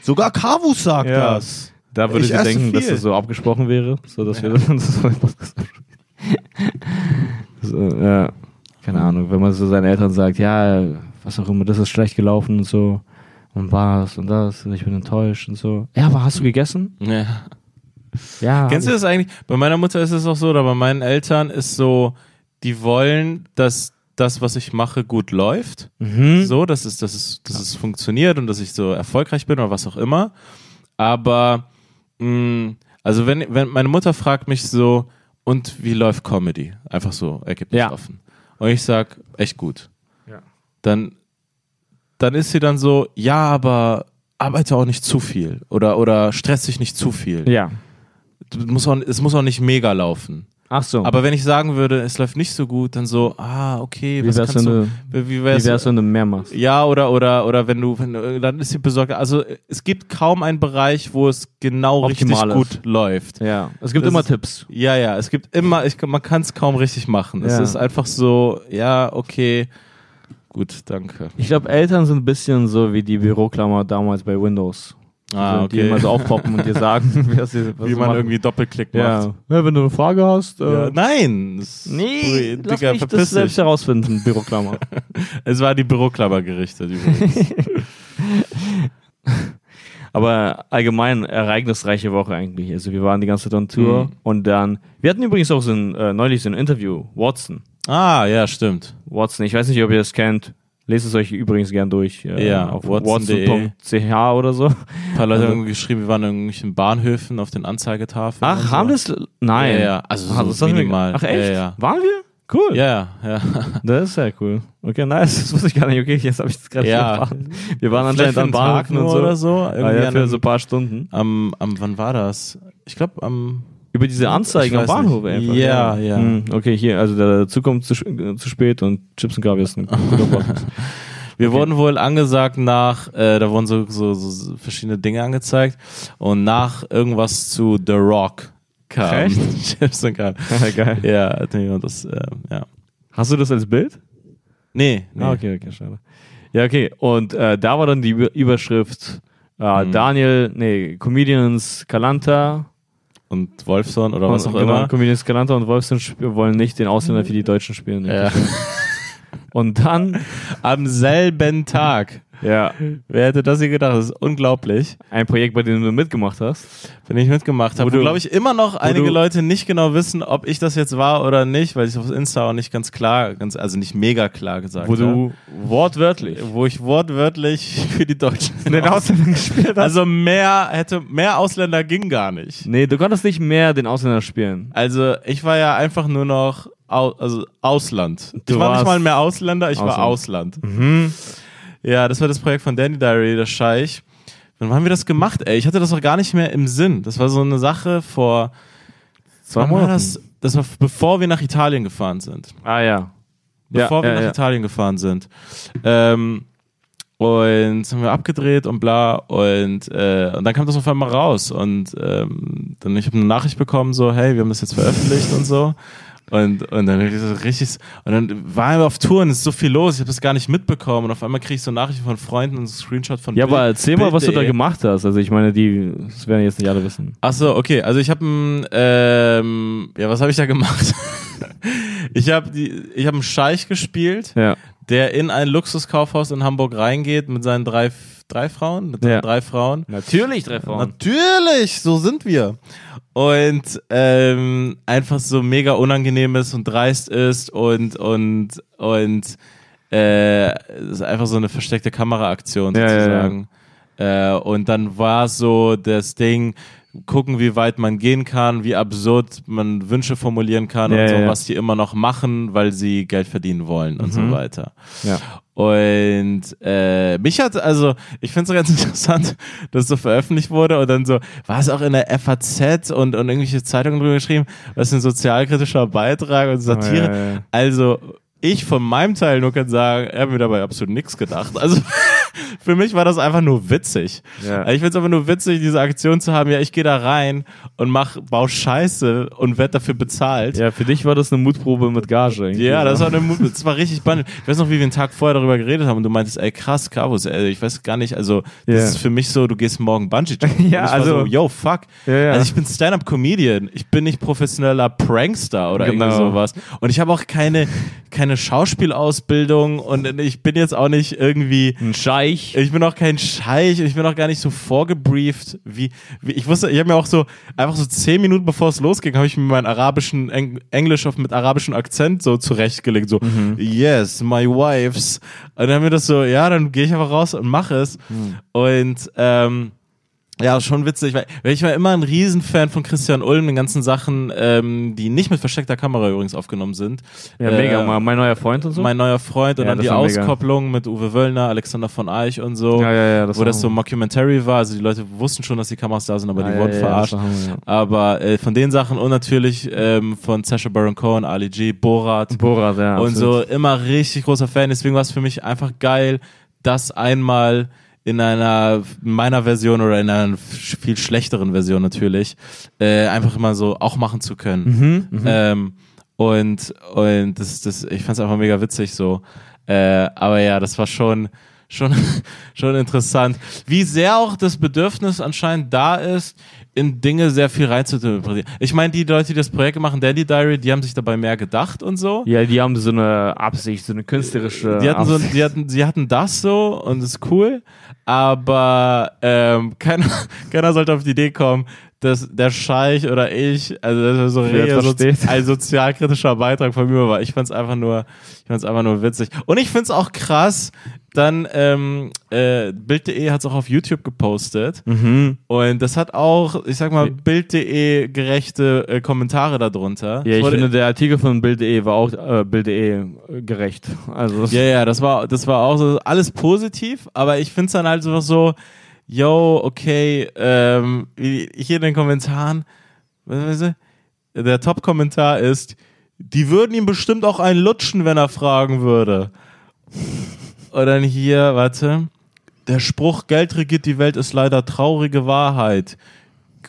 A: Sogar Kavus sagt
B: Ja.
A: das.
B: Da
A: Ich
B: würde ich sie
A: esse
B: denken, dass
A: viel.
B: das so abgesprochen wäre, so dass wir dann so einen Podcast so, ja. Keine Ahnung, wenn man so seinen Eltern sagt, ja, was auch immer, das ist schlecht gelaufen und so und was und das und ich bin enttäuscht und so. Ja, aber hast du gegessen?
A: Ja.
B: Ja.
A: Kennst du das eigentlich? Bei meiner Mutter ist es auch so, oder bei meinen Eltern ist so, die wollen, dass das, was ich mache, gut läuft.
B: Mhm.
A: So, dass es, dass, es, dass es funktioniert und dass ich so erfolgreich bin oder was auch immer. Aber, mh, also wenn, wenn meine Mutter fragt mich so, und wie läuft Comedy? Einfach so, Ergebnis
B: Ja.
A: offen. Und ich sag, echt gut.
B: Ja.
A: Dann, dann ist sie dann so, ja, aber arbeite auch nicht zu viel oder, oder stress dich nicht zu viel
B: Ja.
A: du musst auch, es muss auch nicht mega laufen.
B: Ach so.
A: Aber wenn ich sagen würde, es läuft nicht so gut, dann so, ah, okay,
B: wie
A: was
B: wär's, wenn
A: kannst
B: du,
A: du, wie
B: wie
A: wär's,
B: wär's, wenn du mehr machst?
A: ja, oder, oder, oder wenn du, wenn du, dann ist sie besorgt. Also, es gibt kaum einen Bereich, wo es genau
B: Optimal
A: richtig
B: ist.
A: gut läuft.
B: Ja. Es gibt
A: Das
B: immer
A: ist-
B: Tipps.
A: Ja, ja, es gibt immer, ich, man kann es kaum richtig machen. Es
B: Ja.
A: ist einfach so, ja, okay, gut, danke.
B: Ich glaube, Eltern sind ein bisschen so wie die Büroklammer damals bei Windows.
A: Ah,
B: also,
A: okay.
B: Die immer so aufpoppen und dir sagen, was sie, was
A: Wie
B: sie
A: man
B: machen.
A: irgendwie Doppelklick macht.
B: Ja. ja, wenn du eine Frage hast. äh,
A: Ja, nein! es-
B: Nee,
A: Ui,
B: lass
A: Digga,
B: mich das
A: verpiss dich.
B: selbst herausfinden, Büroklammer.
A: Es war an die Büroklammer gerichtet übrigens.
B: Aber allgemein ereignisreiche Woche eigentlich. Also wir waren die ganze Zeit on Tour
A: Mhm.
B: und dann, wir hatten übrigens auch so ein, äh, neulich so ein Interview, Watson.
A: Ah, ja, stimmt.
B: Watson, ich weiß nicht, ob ihr das kennt. Lest es euch übrigens gern durch äh,
A: Ja,
B: auf
A: watson.de.
B: watson.ch oder so.
A: Ein paar Leute
B: Also-
A: haben geschrieben, wir waren in irgendwelchen Bahnhöfen auf den Anzeigetafeln.
B: Ach,
A: und so.
B: haben das? Nein.
A: Ja, ja, also
B: Ach,
A: so
B: das hat mir-
A: minimal.
B: Ach echt?
A: Ja, ja.
B: Waren wir? Cool.
A: Ja, ja.
B: Das ist ja cool. Okay, nice. Das wusste ich gar nicht. Okay, jetzt habe ich das gerade
A: Ja.
B: erfahren. Wir waren
A: Vielleicht
B: anscheinend
A: für
B: an
A: einen Tag
B: Bahnhöfen und
A: nur
B: so.
A: oder so.
B: Ah,
A: Irgendwie
B: ja,
A: an
B: für so
A: einem,
B: ein paar Stunden.
A: am, am, wann war das? Ich glaube, am.
B: Über diese
A: Ich
B: Anzeigen am
A: weiß
B: Bahnhof
A: nicht.
B: einfach.
A: Ja, ja.
B: Hm, okay, hier, also der Zug kommt zu, sch- äh, zu spät und Chips und Kaviar ist ein guter Podcast.
A: Wir wurden wohl angesagt nach, äh, da wurden so, so, so verschiedene Dinge angezeigt und nach irgendwas zu The Rock kam.
B: Echt?
A: Chips und Kram.
B: Ja, Geil.
A: Ja, hat jemand das, äh, ja.
B: Hast du das als Bild?
A: Nee, nee.
B: Ah, okay, okay, schade. Ja, okay. Und äh, da war dann die Über- Überschrift äh,
A: Mhm.
B: Daniel, nee, Comedians Kalanta
A: Und Wolfson oder was auch
B: und, genau,
A: immer. Mhm.
B: Comedians Kalanta und Wolfson sp- wollen nicht den Ausländer für die Deutschen spielen.
A: Ja.
B: Und dann,
A: Am selben Tag.
B: ja,
A: Wer hätte das hier gedacht? Das ist unglaublich.
B: ein Projekt, bei dem du mitgemacht hast.
A: Wenn ich mitgemacht habe,
B: Wo
A: wo,
B: du-
A: glaube ich, immer noch
B: du-
A: einige Leute nicht genau wissen, ob ich das jetzt war oder nicht, weil ich auf Insta auch nicht ganz klar, ganz, also nicht mega klar gesagt
B: Wo
A: habe.
B: du wortwörtlich
A: Wo ich wortwörtlich für die Deutschen.
B: den Ausländer gespielt hast.
A: also mehr hätte, mehr Ausländer ging gar nicht.
B: Nee, du konntest nicht mehr den Ausländer spielen.
A: Also ich war ja einfach nur noch Au also Ausland.
B: Du
A: ich war
B: warst Mhm.
A: nicht mal mehr Ausländer, ich war Ausland. Ja, das war das Projekt von Danny Diary, der Scheich. Wann haben wir das gemacht, ey? Ich hatte das auch gar nicht mehr im Sinn. Das war so eine Sache vor
B: Zwei
A: Wann war Das, das war bevor wir nach Italien gefahren sind.
B: Ah ja.
A: Bevor
B: ja,
A: wir nach
B: ja.
A: Italien gefahren sind. Ähm, und haben wir abgedreht und bla und, äh, und dann kam das auf einmal raus und ähm, dann ich habe eine Nachricht bekommen so hey wir haben das jetzt veröffentlicht und so und, und dann hab ich so richtig und dann waren wir auf Touren es ist so viel los ich habe das gar nicht mitbekommen und auf einmal krieg ich so Nachrichten von Freunden und so Screenshot von
B: Ja,
A: Bild-
B: aber erzähl mal, was du da
A: Bild.de.
B: gemacht hast. Also ich meine, die, das werden jetzt nicht alle wissen.
A: Ach so, okay. Also ich habe ein, ähm, ja, was habe ich da gemacht? ich habe die, ich habe einen Scheich gespielt,
B: Ja.
A: der in ein Luxuskaufhaus in Hamburg reingeht mit seinen drei, drei Frauen, mit seinen
B: Ja.
A: drei Frauen.
B: Natürlich drei
A: Natürlich, so sind wir. Und ähm, einfach so mega unangenehm ist und dreist ist und und und äh, es ist einfach so eine versteckte Kameraaktion
B: Ja, ja, ja.
A: sozusagen. Äh, und dann war so das Ding, gucken, wie weit man gehen kann, wie absurd man Wünsche formulieren kann
B: Ja,
A: und so,
B: ja, ja.
A: was die immer noch machen, weil sie Geld verdienen wollen und
B: Mhm.
A: so weiter.
B: Ja.
A: Und äh, mich hat, also ich finde es ganz interessant, dass so veröffentlicht wurde und dann so, war es auch in der FAZ und, und irgendwelche Zeitungen drüber geschrieben, was ist ein sozialkritischer Beitrag und Satire.
B: Ja, ja, ja.
A: Also ich von meinem Teil nur kann sagen, er hat mir dabei absolut nichts gedacht. Also für mich war das einfach nur witzig.
B: Ja.
A: Also ich finde es einfach nur witzig, diese Aktion zu haben, ja, ich gehe da rein und mach, bau Scheiße und werd dafür bezahlt.
B: Ja, für dich war das eine Mutprobe mit Gage. irgendwie,
A: Ja,
B: ne?
A: das war, eine, Mu- das war richtig spannend. Ich weiß noch, wie wir einen Tag vorher darüber geredet haben und du meintest, ey, krass, Cabos, ey, ich weiß gar nicht, also das
B: Ja.
A: ist für mich so, du gehst morgen Bungee jumpen.
B: Ja,
A: und ich
B: also-
A: war so, yo, fuck.
B: Ja, ja.
A: Also ich bin Stand-Up-Comedian, ich bin nicht professioneller Prankster oder irgendwie
B: Genau.
A: sowas. Und ich habe auch keine, keine Schauspielausbildung und ich bin jetzt auch nicht irgendwie...
B: ein Scheich.
A: Ich bin auch kein Scheich, ich bin auch gar nicht so vorgebrieft, wie, wie ich wusste, ich habe mir auch so, einfach so zehn Minuten bevor es losging, habe ich mir meinen arabischen, Eng Englisch auf, mit arabischem Akzent so zurechtgelegt, so,
B: Mhm.
A: yes, my wives. Und dann haben wir das so, ja, dann gehe ich einfach raus und mache es.
B: Mhm.
A: Und, ähm, ja, schon witzig, weil weil ich war immer ein Riesenfan von Christian Ulm, den ganzen Sachen, ähm, die nicht mit versteckter Kamera übrigens aufgenommen sind.
B: Ja,
A: Äh,
B: mega. Mein, mein neuer Freund und so.
A: mein neuer Freund und
B: Ja,
A: dann
B: das
A: die
B: war mega.
A: Auskopplung mit Uwe Wöllner, Alexander von Eich und so,
B: Ja, ja, ja, das
A: wo
B: war
A: das so
B: Hammer.
A: Mockumentary war. Also die Leute wussten schon, dass die Kameras da sind, aber
B: Ah,
A: die
B: ja,
A: wurden
B: ja,
A: verarscht.
B: das war Hammer, ja.
A: Aber äh, von den Sachen und natürlich ähm, von Sasha Baron Cohen, Ali G, Borat
B: Borat, ja.
A: und so immer richtig großer Fan. Deswegen war es für mich einfach geil, das einmal in einer meiner Version oder in einer viel schlechteren Version natürlich äh, einfach immer so auch machen zu können.
B: Mhm,
A: Ähm, und und das, das, ich fand es einfach mega witzig so. Äh, aber ja, das war schon, schon, schon interessant. Wie sehr auch das Bedürfnis anscheinend da ist, in Dinge sehr viel reinzuinterpretieren. Ich meine, die Leute, die das Projekt machen, Daddy Diary, die haben sich dabei mehr gedacht und so.
B: Ja, die haben so eine Absicht, so eine künstlerische
A: Die hatten, so,
B: Absicht.
A: die, hatten, die hatten das so und das ist cool, aber ähm, keiner, keiner sollte auf die Idee kommen, dass der Scheich oder ich, also das ist so
B: Wer
A: re-
B: etwas steht.
A: so, ein sozialkritischer Beitrag von mir war. Ich fand's einfach nur, ich fand's einfach nur witzig. Und ich find's auch krass, dann ähm, äh, Bild.de hat's auch auf YouTube gepostet
B: Mhm.
A: und das hat auch, ich sag mal, Bild.de gerechte äh, Kommentare darunter.
B: Ja,
A: Es
B: ich
A: wurde-
B: finde, der Artikel von Bild.de war auch äh, Bild.de gerecht. Also, das
A: Ja, ja, das war, das war auch so alles positiv, aber ich find's dann halt so, so yo, okay, ähm, wie- hier in den Kommentaren, was- was- der Top-Kommentar ist, die würden ihm bestimmt auch einen lutschen, wenn er fragen würde. Und dann hier, warte, der Spruch, Geld regiert die Welt, ist leider traurige Wahrheit.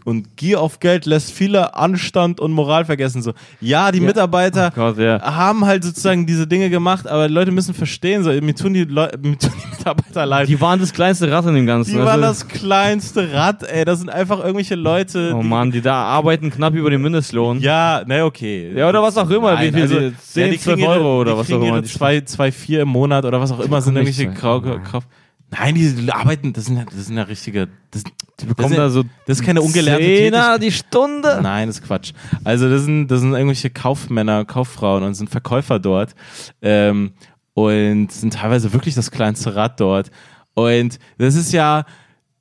A: Und Gier auf Geld lässt viele Anstand und Moral vergessen. So, ja, die Mitarbeiter
B: Gott, ja.
A: haben halt sozusagen diese Dinge gemacht, aber die Leute müssen verstehen, so, mir tun die, Leu mir tun die Mitarbeiter leid. Die,
B: Die waren das kleinste Rad in dem Ganzen.
A: Ah. waren
B: also,
A: das kleinste Rad, ey. Das sind einfach irgendwelche Leute,
B: oh
A: die.
B: Mann, die da arbeiten knapp über den Mindestlohn.
A: Ja, ne, okay.
B: Ja, oder was auch immer,
A: Nein,
B: wie viel,
A: also,
B: die- 10,
A: ja, die
B: 12
A: kriegen ihre-
B: Euro oder
A: die
B: was
A: kriegen
B: auch immer.
A: ihre
B: Die-
A: zwei, zwei, vier im Monat oder was auch immer sind
B: kommen nicht
A: irgendwelche
B: zwei.
A: Kau Kau Nein, die arbeiten, das sind ja, das sind ja richtige. Das, die
B: Kommen da
A: das,
B: so
A: ist- das ist keine ungelernte Tätigkeit.
B: Zehner die Stunde.
A: Nein, das ist Quatsch. Also das sind, das sind irgendwelche Kaufmänner, Kauffrauen und sind Verkäufer dort ähm, und sind teilweise wirklich das kleinste Rad dort. Und das ist ja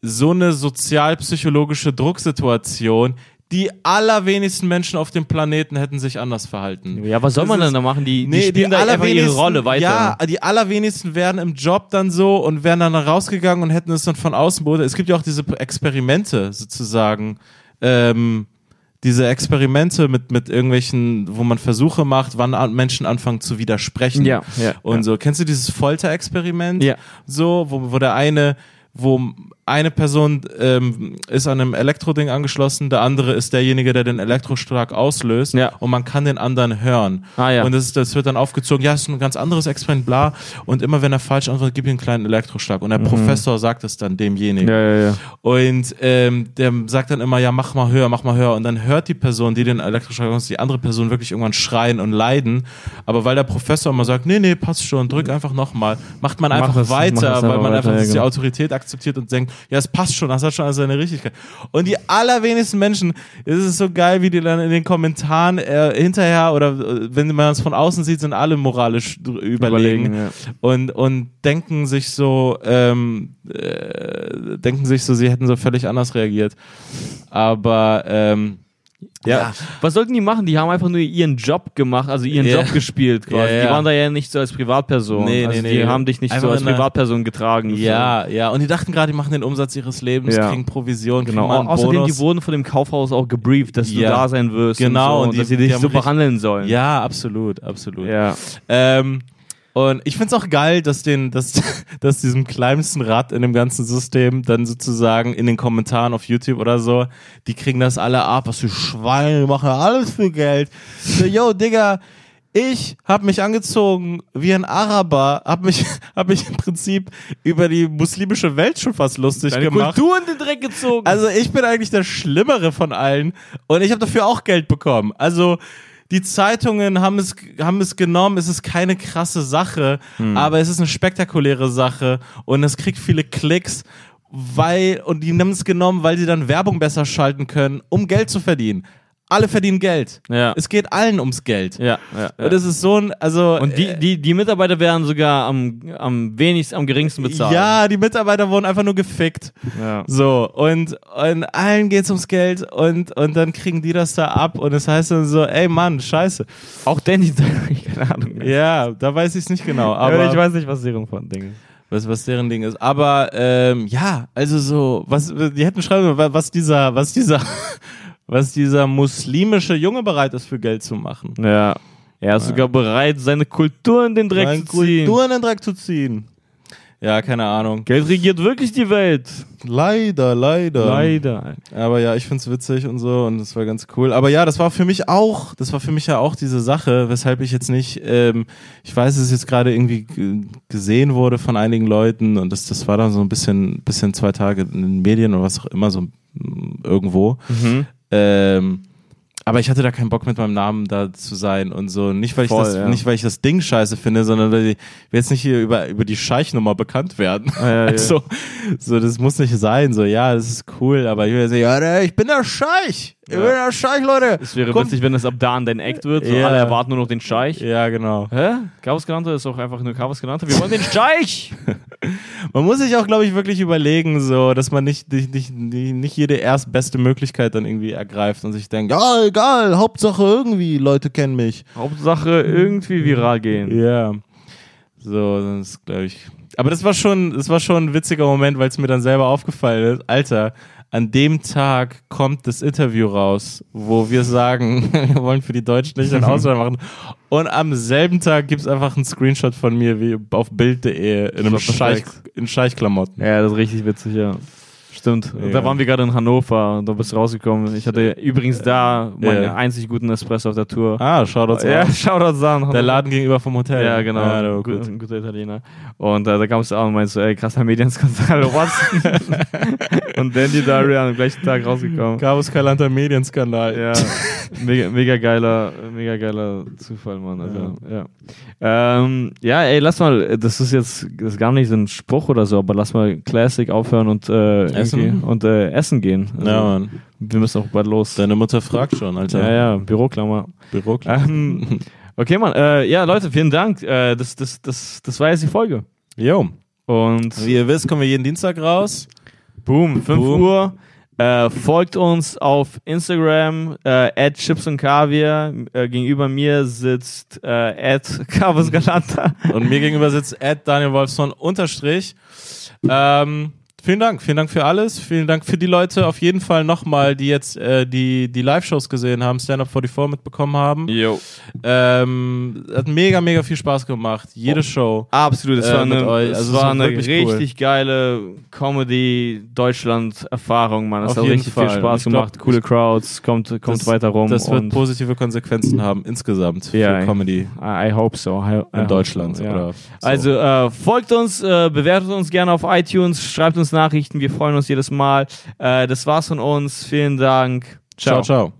A: so eine sozialpsychologische Drucksituation. Die allerwenigsten Menschen auf dem Planeten hätten sich anders verhalten.
B: Ja, was soll
A: Das
B: man
A: ist-
B: denn da machen? Die, die
A: Nee,
B: spielen da einfach ihre
A: allerwenigsten-
B: Rolle weiter.
A: Ja, die allerwenigsten wären im Job dann so und wären dann rausgegangen und hätten es dann von außen beobachtet. Es gibt ja auch diese Experimente sozusagen. Ähm, diese Experimente mit, mit irgendwelchen, wo man Versuche macht, wann an- Menschen anfangen zu widersprechen.
B: Ja, ja,
A: Und
B: ja.
A: so, kennst du dieses Folterexperiment?
B: Ja.
A: So, wo, wo der eine, wo eine Person ähm, ist an einem Elektroding angeschlossen, der andere ist derjenige, der den Elektrostark auslöst
B: Ja.
A: und man kann den anderen hören.
B: Ah, ja.
A: Und das, das wird dann aufgezogen, ja, es ist ein ganz anderes Experiment, bla. Und immer wenn er falsch antwortet, gib ihm einen kleinen Elektrostark. Und der Professor sagt es dann demjenigen.
B: Mhm. Ja, ja, ja.
A: Und ähm, der sagt dann immer, ja, mach mal höher, mach mal höher. Und dann hört die Person, die den Elektroschlag ausübt, die andere Person wirklich irgendwann schreien und leiden. Aber weil der Professor immer sagt, nee, nee, passt schon, drück einfach nochmal, macht man
B: Mach
A: einfach
B: das, Mhm. mach
A: weiter,
B: das
A: weil
B: einfach
A: man
B: weiter,
A: einfach
B: ja,
A: das die
B: genau.
A: Autorität ak- akzeptiert und denken, ja, es passt schon, das hat schon also seine Richtigkeit. Und die allerwenigsten Menschen, es ist so geil, wie die dann in den Kommentaren äh, hinterher oder äh, wenn man es von außen sieht, sind alle moralisch dr- überlegen,
B: Überlegen, ja.
A: und, und denken sich so, ähm, äh, denken sich so, sie hätten so völlig anders reagiert. Aber ähm, ja,
B: Was sollten die machen? Die haben einfach nur ihren Job gemacht, also ihren
A: Ja.
B: Job gespielt quasi.
A: Ja, ja.
B: Die waren da ja nicht so als Privatperson.
A: Nee,
B: also
A: nee,
B: die
A: nee.
B: haben dich nicht
A: Einfach
B: so als
A: in der-
B: Privatperson getragen.
A: Ja, ja. Und die dachten gerade, die machen den Umsatz ihres Lebens,
B: Ja.
A: kriegen Provision,
B: So. Genau.
A: kriegen mal einen
B: Außerdem,
A: Bonus.
B: die wurden von dem Kaufhaus auch gebrieft, dass
A: Ja.
B: du da sein wirst.
A: Genau,
B: Und,
A: und
B: so, und
A: die-
B: dass sie
A: die
B: dich
A: haben
B: so
A: richtig-
B: behandeln sollen.
A: ja, absolut, absolut.
B: ja.
A: Ähm, und ich find's auch geil, dass den, dass, dass diesem kleinsten Rad in dem ganzen System dann sozusagen in den Kommentaren auf YouTube oder so, die kriegen das alle ab, was für Schweine, die machen alles für Geld. So, yo, Digga, ich hab mich angezogen wie ein Araber, hab mich, hab mich im Prinzip über die muslimische Welt schon fast lustig
B: Deine
A: gemacht.
B: Kultur in den Dreck gezogen.
A: Also ich bin eigentlich der Schlimmere von allen und ich habe dafür auch Geld bekommen. Also die Zeitungen haben es, haben es genommen, es ist keine krasse Sache,
B: Hm.
A: aber es ist eine spektakuläre Sache und es kriegt viele Klicks, weil, und die haben es genommen, weil sie dann Werbung besser schalten können, um Geld zu verdienen. Alle verdienen Geld.
B: Ja.
A: Es geht allen ums Geld.
B: ja, ja, ja.
A: Und das ist so ein, also.
B: Und die, die, die Mitarbeiter werden sogar am, am wenigsten, am geringsten bezahlt.
A: ja, die Mitarbeiter wurden einfach nur gefickt.
B: ja.
A: So, und, und allen geht's ums Geld und, und dann kriegen die das da ab und es heißt dann so, ey Mann, scheiße.
B: Auch Danny, keine Ahnung.
A: Ja, da weiß ich es nicht genau, aber
B: ich weiß nicht, was Serum von Dingen.
A: was, was deren Ding ist. Aber ähm, ja, also so, was die hätten schreiben sollen, wa- was dieser, was dieser, was dieser muslimische Junge bereit ist für Geld zu machen.
B: Ja. Er ist sogar bereit, seine Kultur in den Dreck
A: Seinen
B: zu ziehen.
A: Kulturen in den Dreck zu ziehen. Ja, keine Ahnung.
B: Geld regiert wirklich die Welt.
A: Leider, leider.
B: Leider.
A: Aber ja, ich find's witzig und so und das war ganz cool. Aber ja, das war für mich auch, das war für mich ja auch diese Sache, weshalb ich jetzt nicht, ähm, ich weiß, dass es jetzt gerade irgendwie g- gesehen wurde von einigen Leuten und das, das war dann so ein bisschen, bisschen zwei Tage in den Medien oder was auch immer, so mm, irgendwo.
B: Mhm.
A: Ähm, aber ich hatte da keinen Bock mit meinem Namen da zu sein und so. Nicht, weil ich,
B: Voll,
A: das,
B: ja.
A: nicht, weil ich das Ding scheiße finde, sondern weil ich ich will jetzt nicht hier über, über die Scheichnummer bekannt werden.
B: ja, ja.
A: also, so, das muss nicht sein. So, ja, das ist cool, aber ich will jetzt nicht, ja, ne, ich bin der Scheich. Ich
B: Ja.
A: bin der Scheich, Leute.
B: Es wäre
A: Kommt-
B: witzig, wenn das ab da an dein Act wird. So
A: Ja.
B: Alle erwarten nur noch den Scheich.
A: Ja, genau.
B: Hä? Chaos genannte ist auch einfach nur Chaos genannte. Wir wollen den Scheich!
A: Man muss sich auch, glaube ich, wirklich überlegen, so, dass man nicht, nicht, nicht, nicht jede erstbeste Möglichkeit dann irgendwie ergreift und sich denkt, ja, egal, Hauptsache irgendwie, Leute kennen mich.
B: Hauptsache irgendwie viral gehen.
A: Ja. So, sonst glaube ich. Aber das war schon, das war schon ein witziger Moment, weil es mir dann selber aufgefallen ist. Alter, an dem Tag kommt das Interview raus, wo wir sagen, wir wollen für die Deutschen nicht ein Ausland machen. Und am selben Tag gibt es einfach einen Screenshot von mir wie auf Bild.de in einem
B: Das war
A: Scheich,
B: perfekt.
A: in Scheichklamotten.
B: Ja, das ist richtig witzig, ja. Stimmt.
A: Ja.
B: Da waren wir gerade in Hannover und da bist du rausgekommen. Ich hatte übrigens da meinen
A: Ja.
B: einzig guten Espresso auf der Tour.
A: Ah, schau das
B: ja,
A: an.
B: Shoutouts an.
A: Der Laden gegenüber vom Hotel.
B: Ja, genau.
A: Ja, der war
B: Gut-
A: gut.
B: Ein guter Italiener. Und äh, da kam es auch und meinte so, ey, krasser Medienskandal, was? und Dandy Daria am gleichen Tag rausgekommen.
A: Gabus Kalanter Medienskandal.
B: Ja,
A: Halt.
B: mega, mega geiler, mega geiler Zufall, Mann. Alter. Ja. Ja. Ähm, ja, ey, lass mal, das ist jetzt das ist gar nicht so ein Spruch oder so, aber lass mal Classic aufhören und äh,
A: Essen?
B: irgendwie- und äh, essen gehen. Also,
A: Ja, Mann.
B: Wir müssen auch bald los.
A: Deine Mutter fragt schon, Alter.
B: ja, ja, Büroklammer.
A: Büro
B: Ähm, okay, Mann. Äh, ja, Leute, vielen Dank. Äh, das, das, das, das war jetzt die Folge.
A: Jo.
B: Und
A: Wie ihr wisst, kommen wir jeden Dienstag raus.
B: boom, 5
A: Boom.
B: Uhr. Äh, folgt uns auf Instagram, äh, chips und caviar. Äh, gegenüber mir sitzt äh, Carvus Galanta.
A: Und mir gegenüber sitzt Ed Daniel Wolfson unterstrich. Ähm, vielen Dank, vielen Dank für alles. Vielen Dank für die Leute auf jeden Fall nochmal, die jetzt äh, die, die Live-Shows gesehen haben, Stand-Up 44 mitbekommen haben.
B: Jo.
A: Ähm, hat mega, mega viel Spaß gemacht.
B: Um
A: Jede Show.
B: Absolut, es
A: Äh,
B: war
A: mit
B: eine,
A: euch.
B: ne, es
A: Also, es
B: war
A: war
B: eine
A: wirklich cool.
B: richtig geile Comedy-Deutschland-Erfahrung, Mann. Es
A: Auf
B: hat
A: jeden
B: richtig
A: Fall.
B: viel Spaß
A: Ich glaub,
B: gemacht. Coole Crowds, kommt, kommt
A: Das-
B: weiter rum.
A: Das wird
B: um und-
A: positive Konsequenzen haben insgesamt für
B: Ja, ey.
A: Comedy
B: I I hope so. I, I
A: in
B: hope
A: Deutschland.
B: so, ja.
A: Oder so.
B: Also äh, folgt uns, äh, bewertet uns gerne auf iTunes, schreibt uns Nachrichten, wir freuen uns jedes Mal. Äh, das war's von uns. Vielen Dank.
A: ciao, ciao.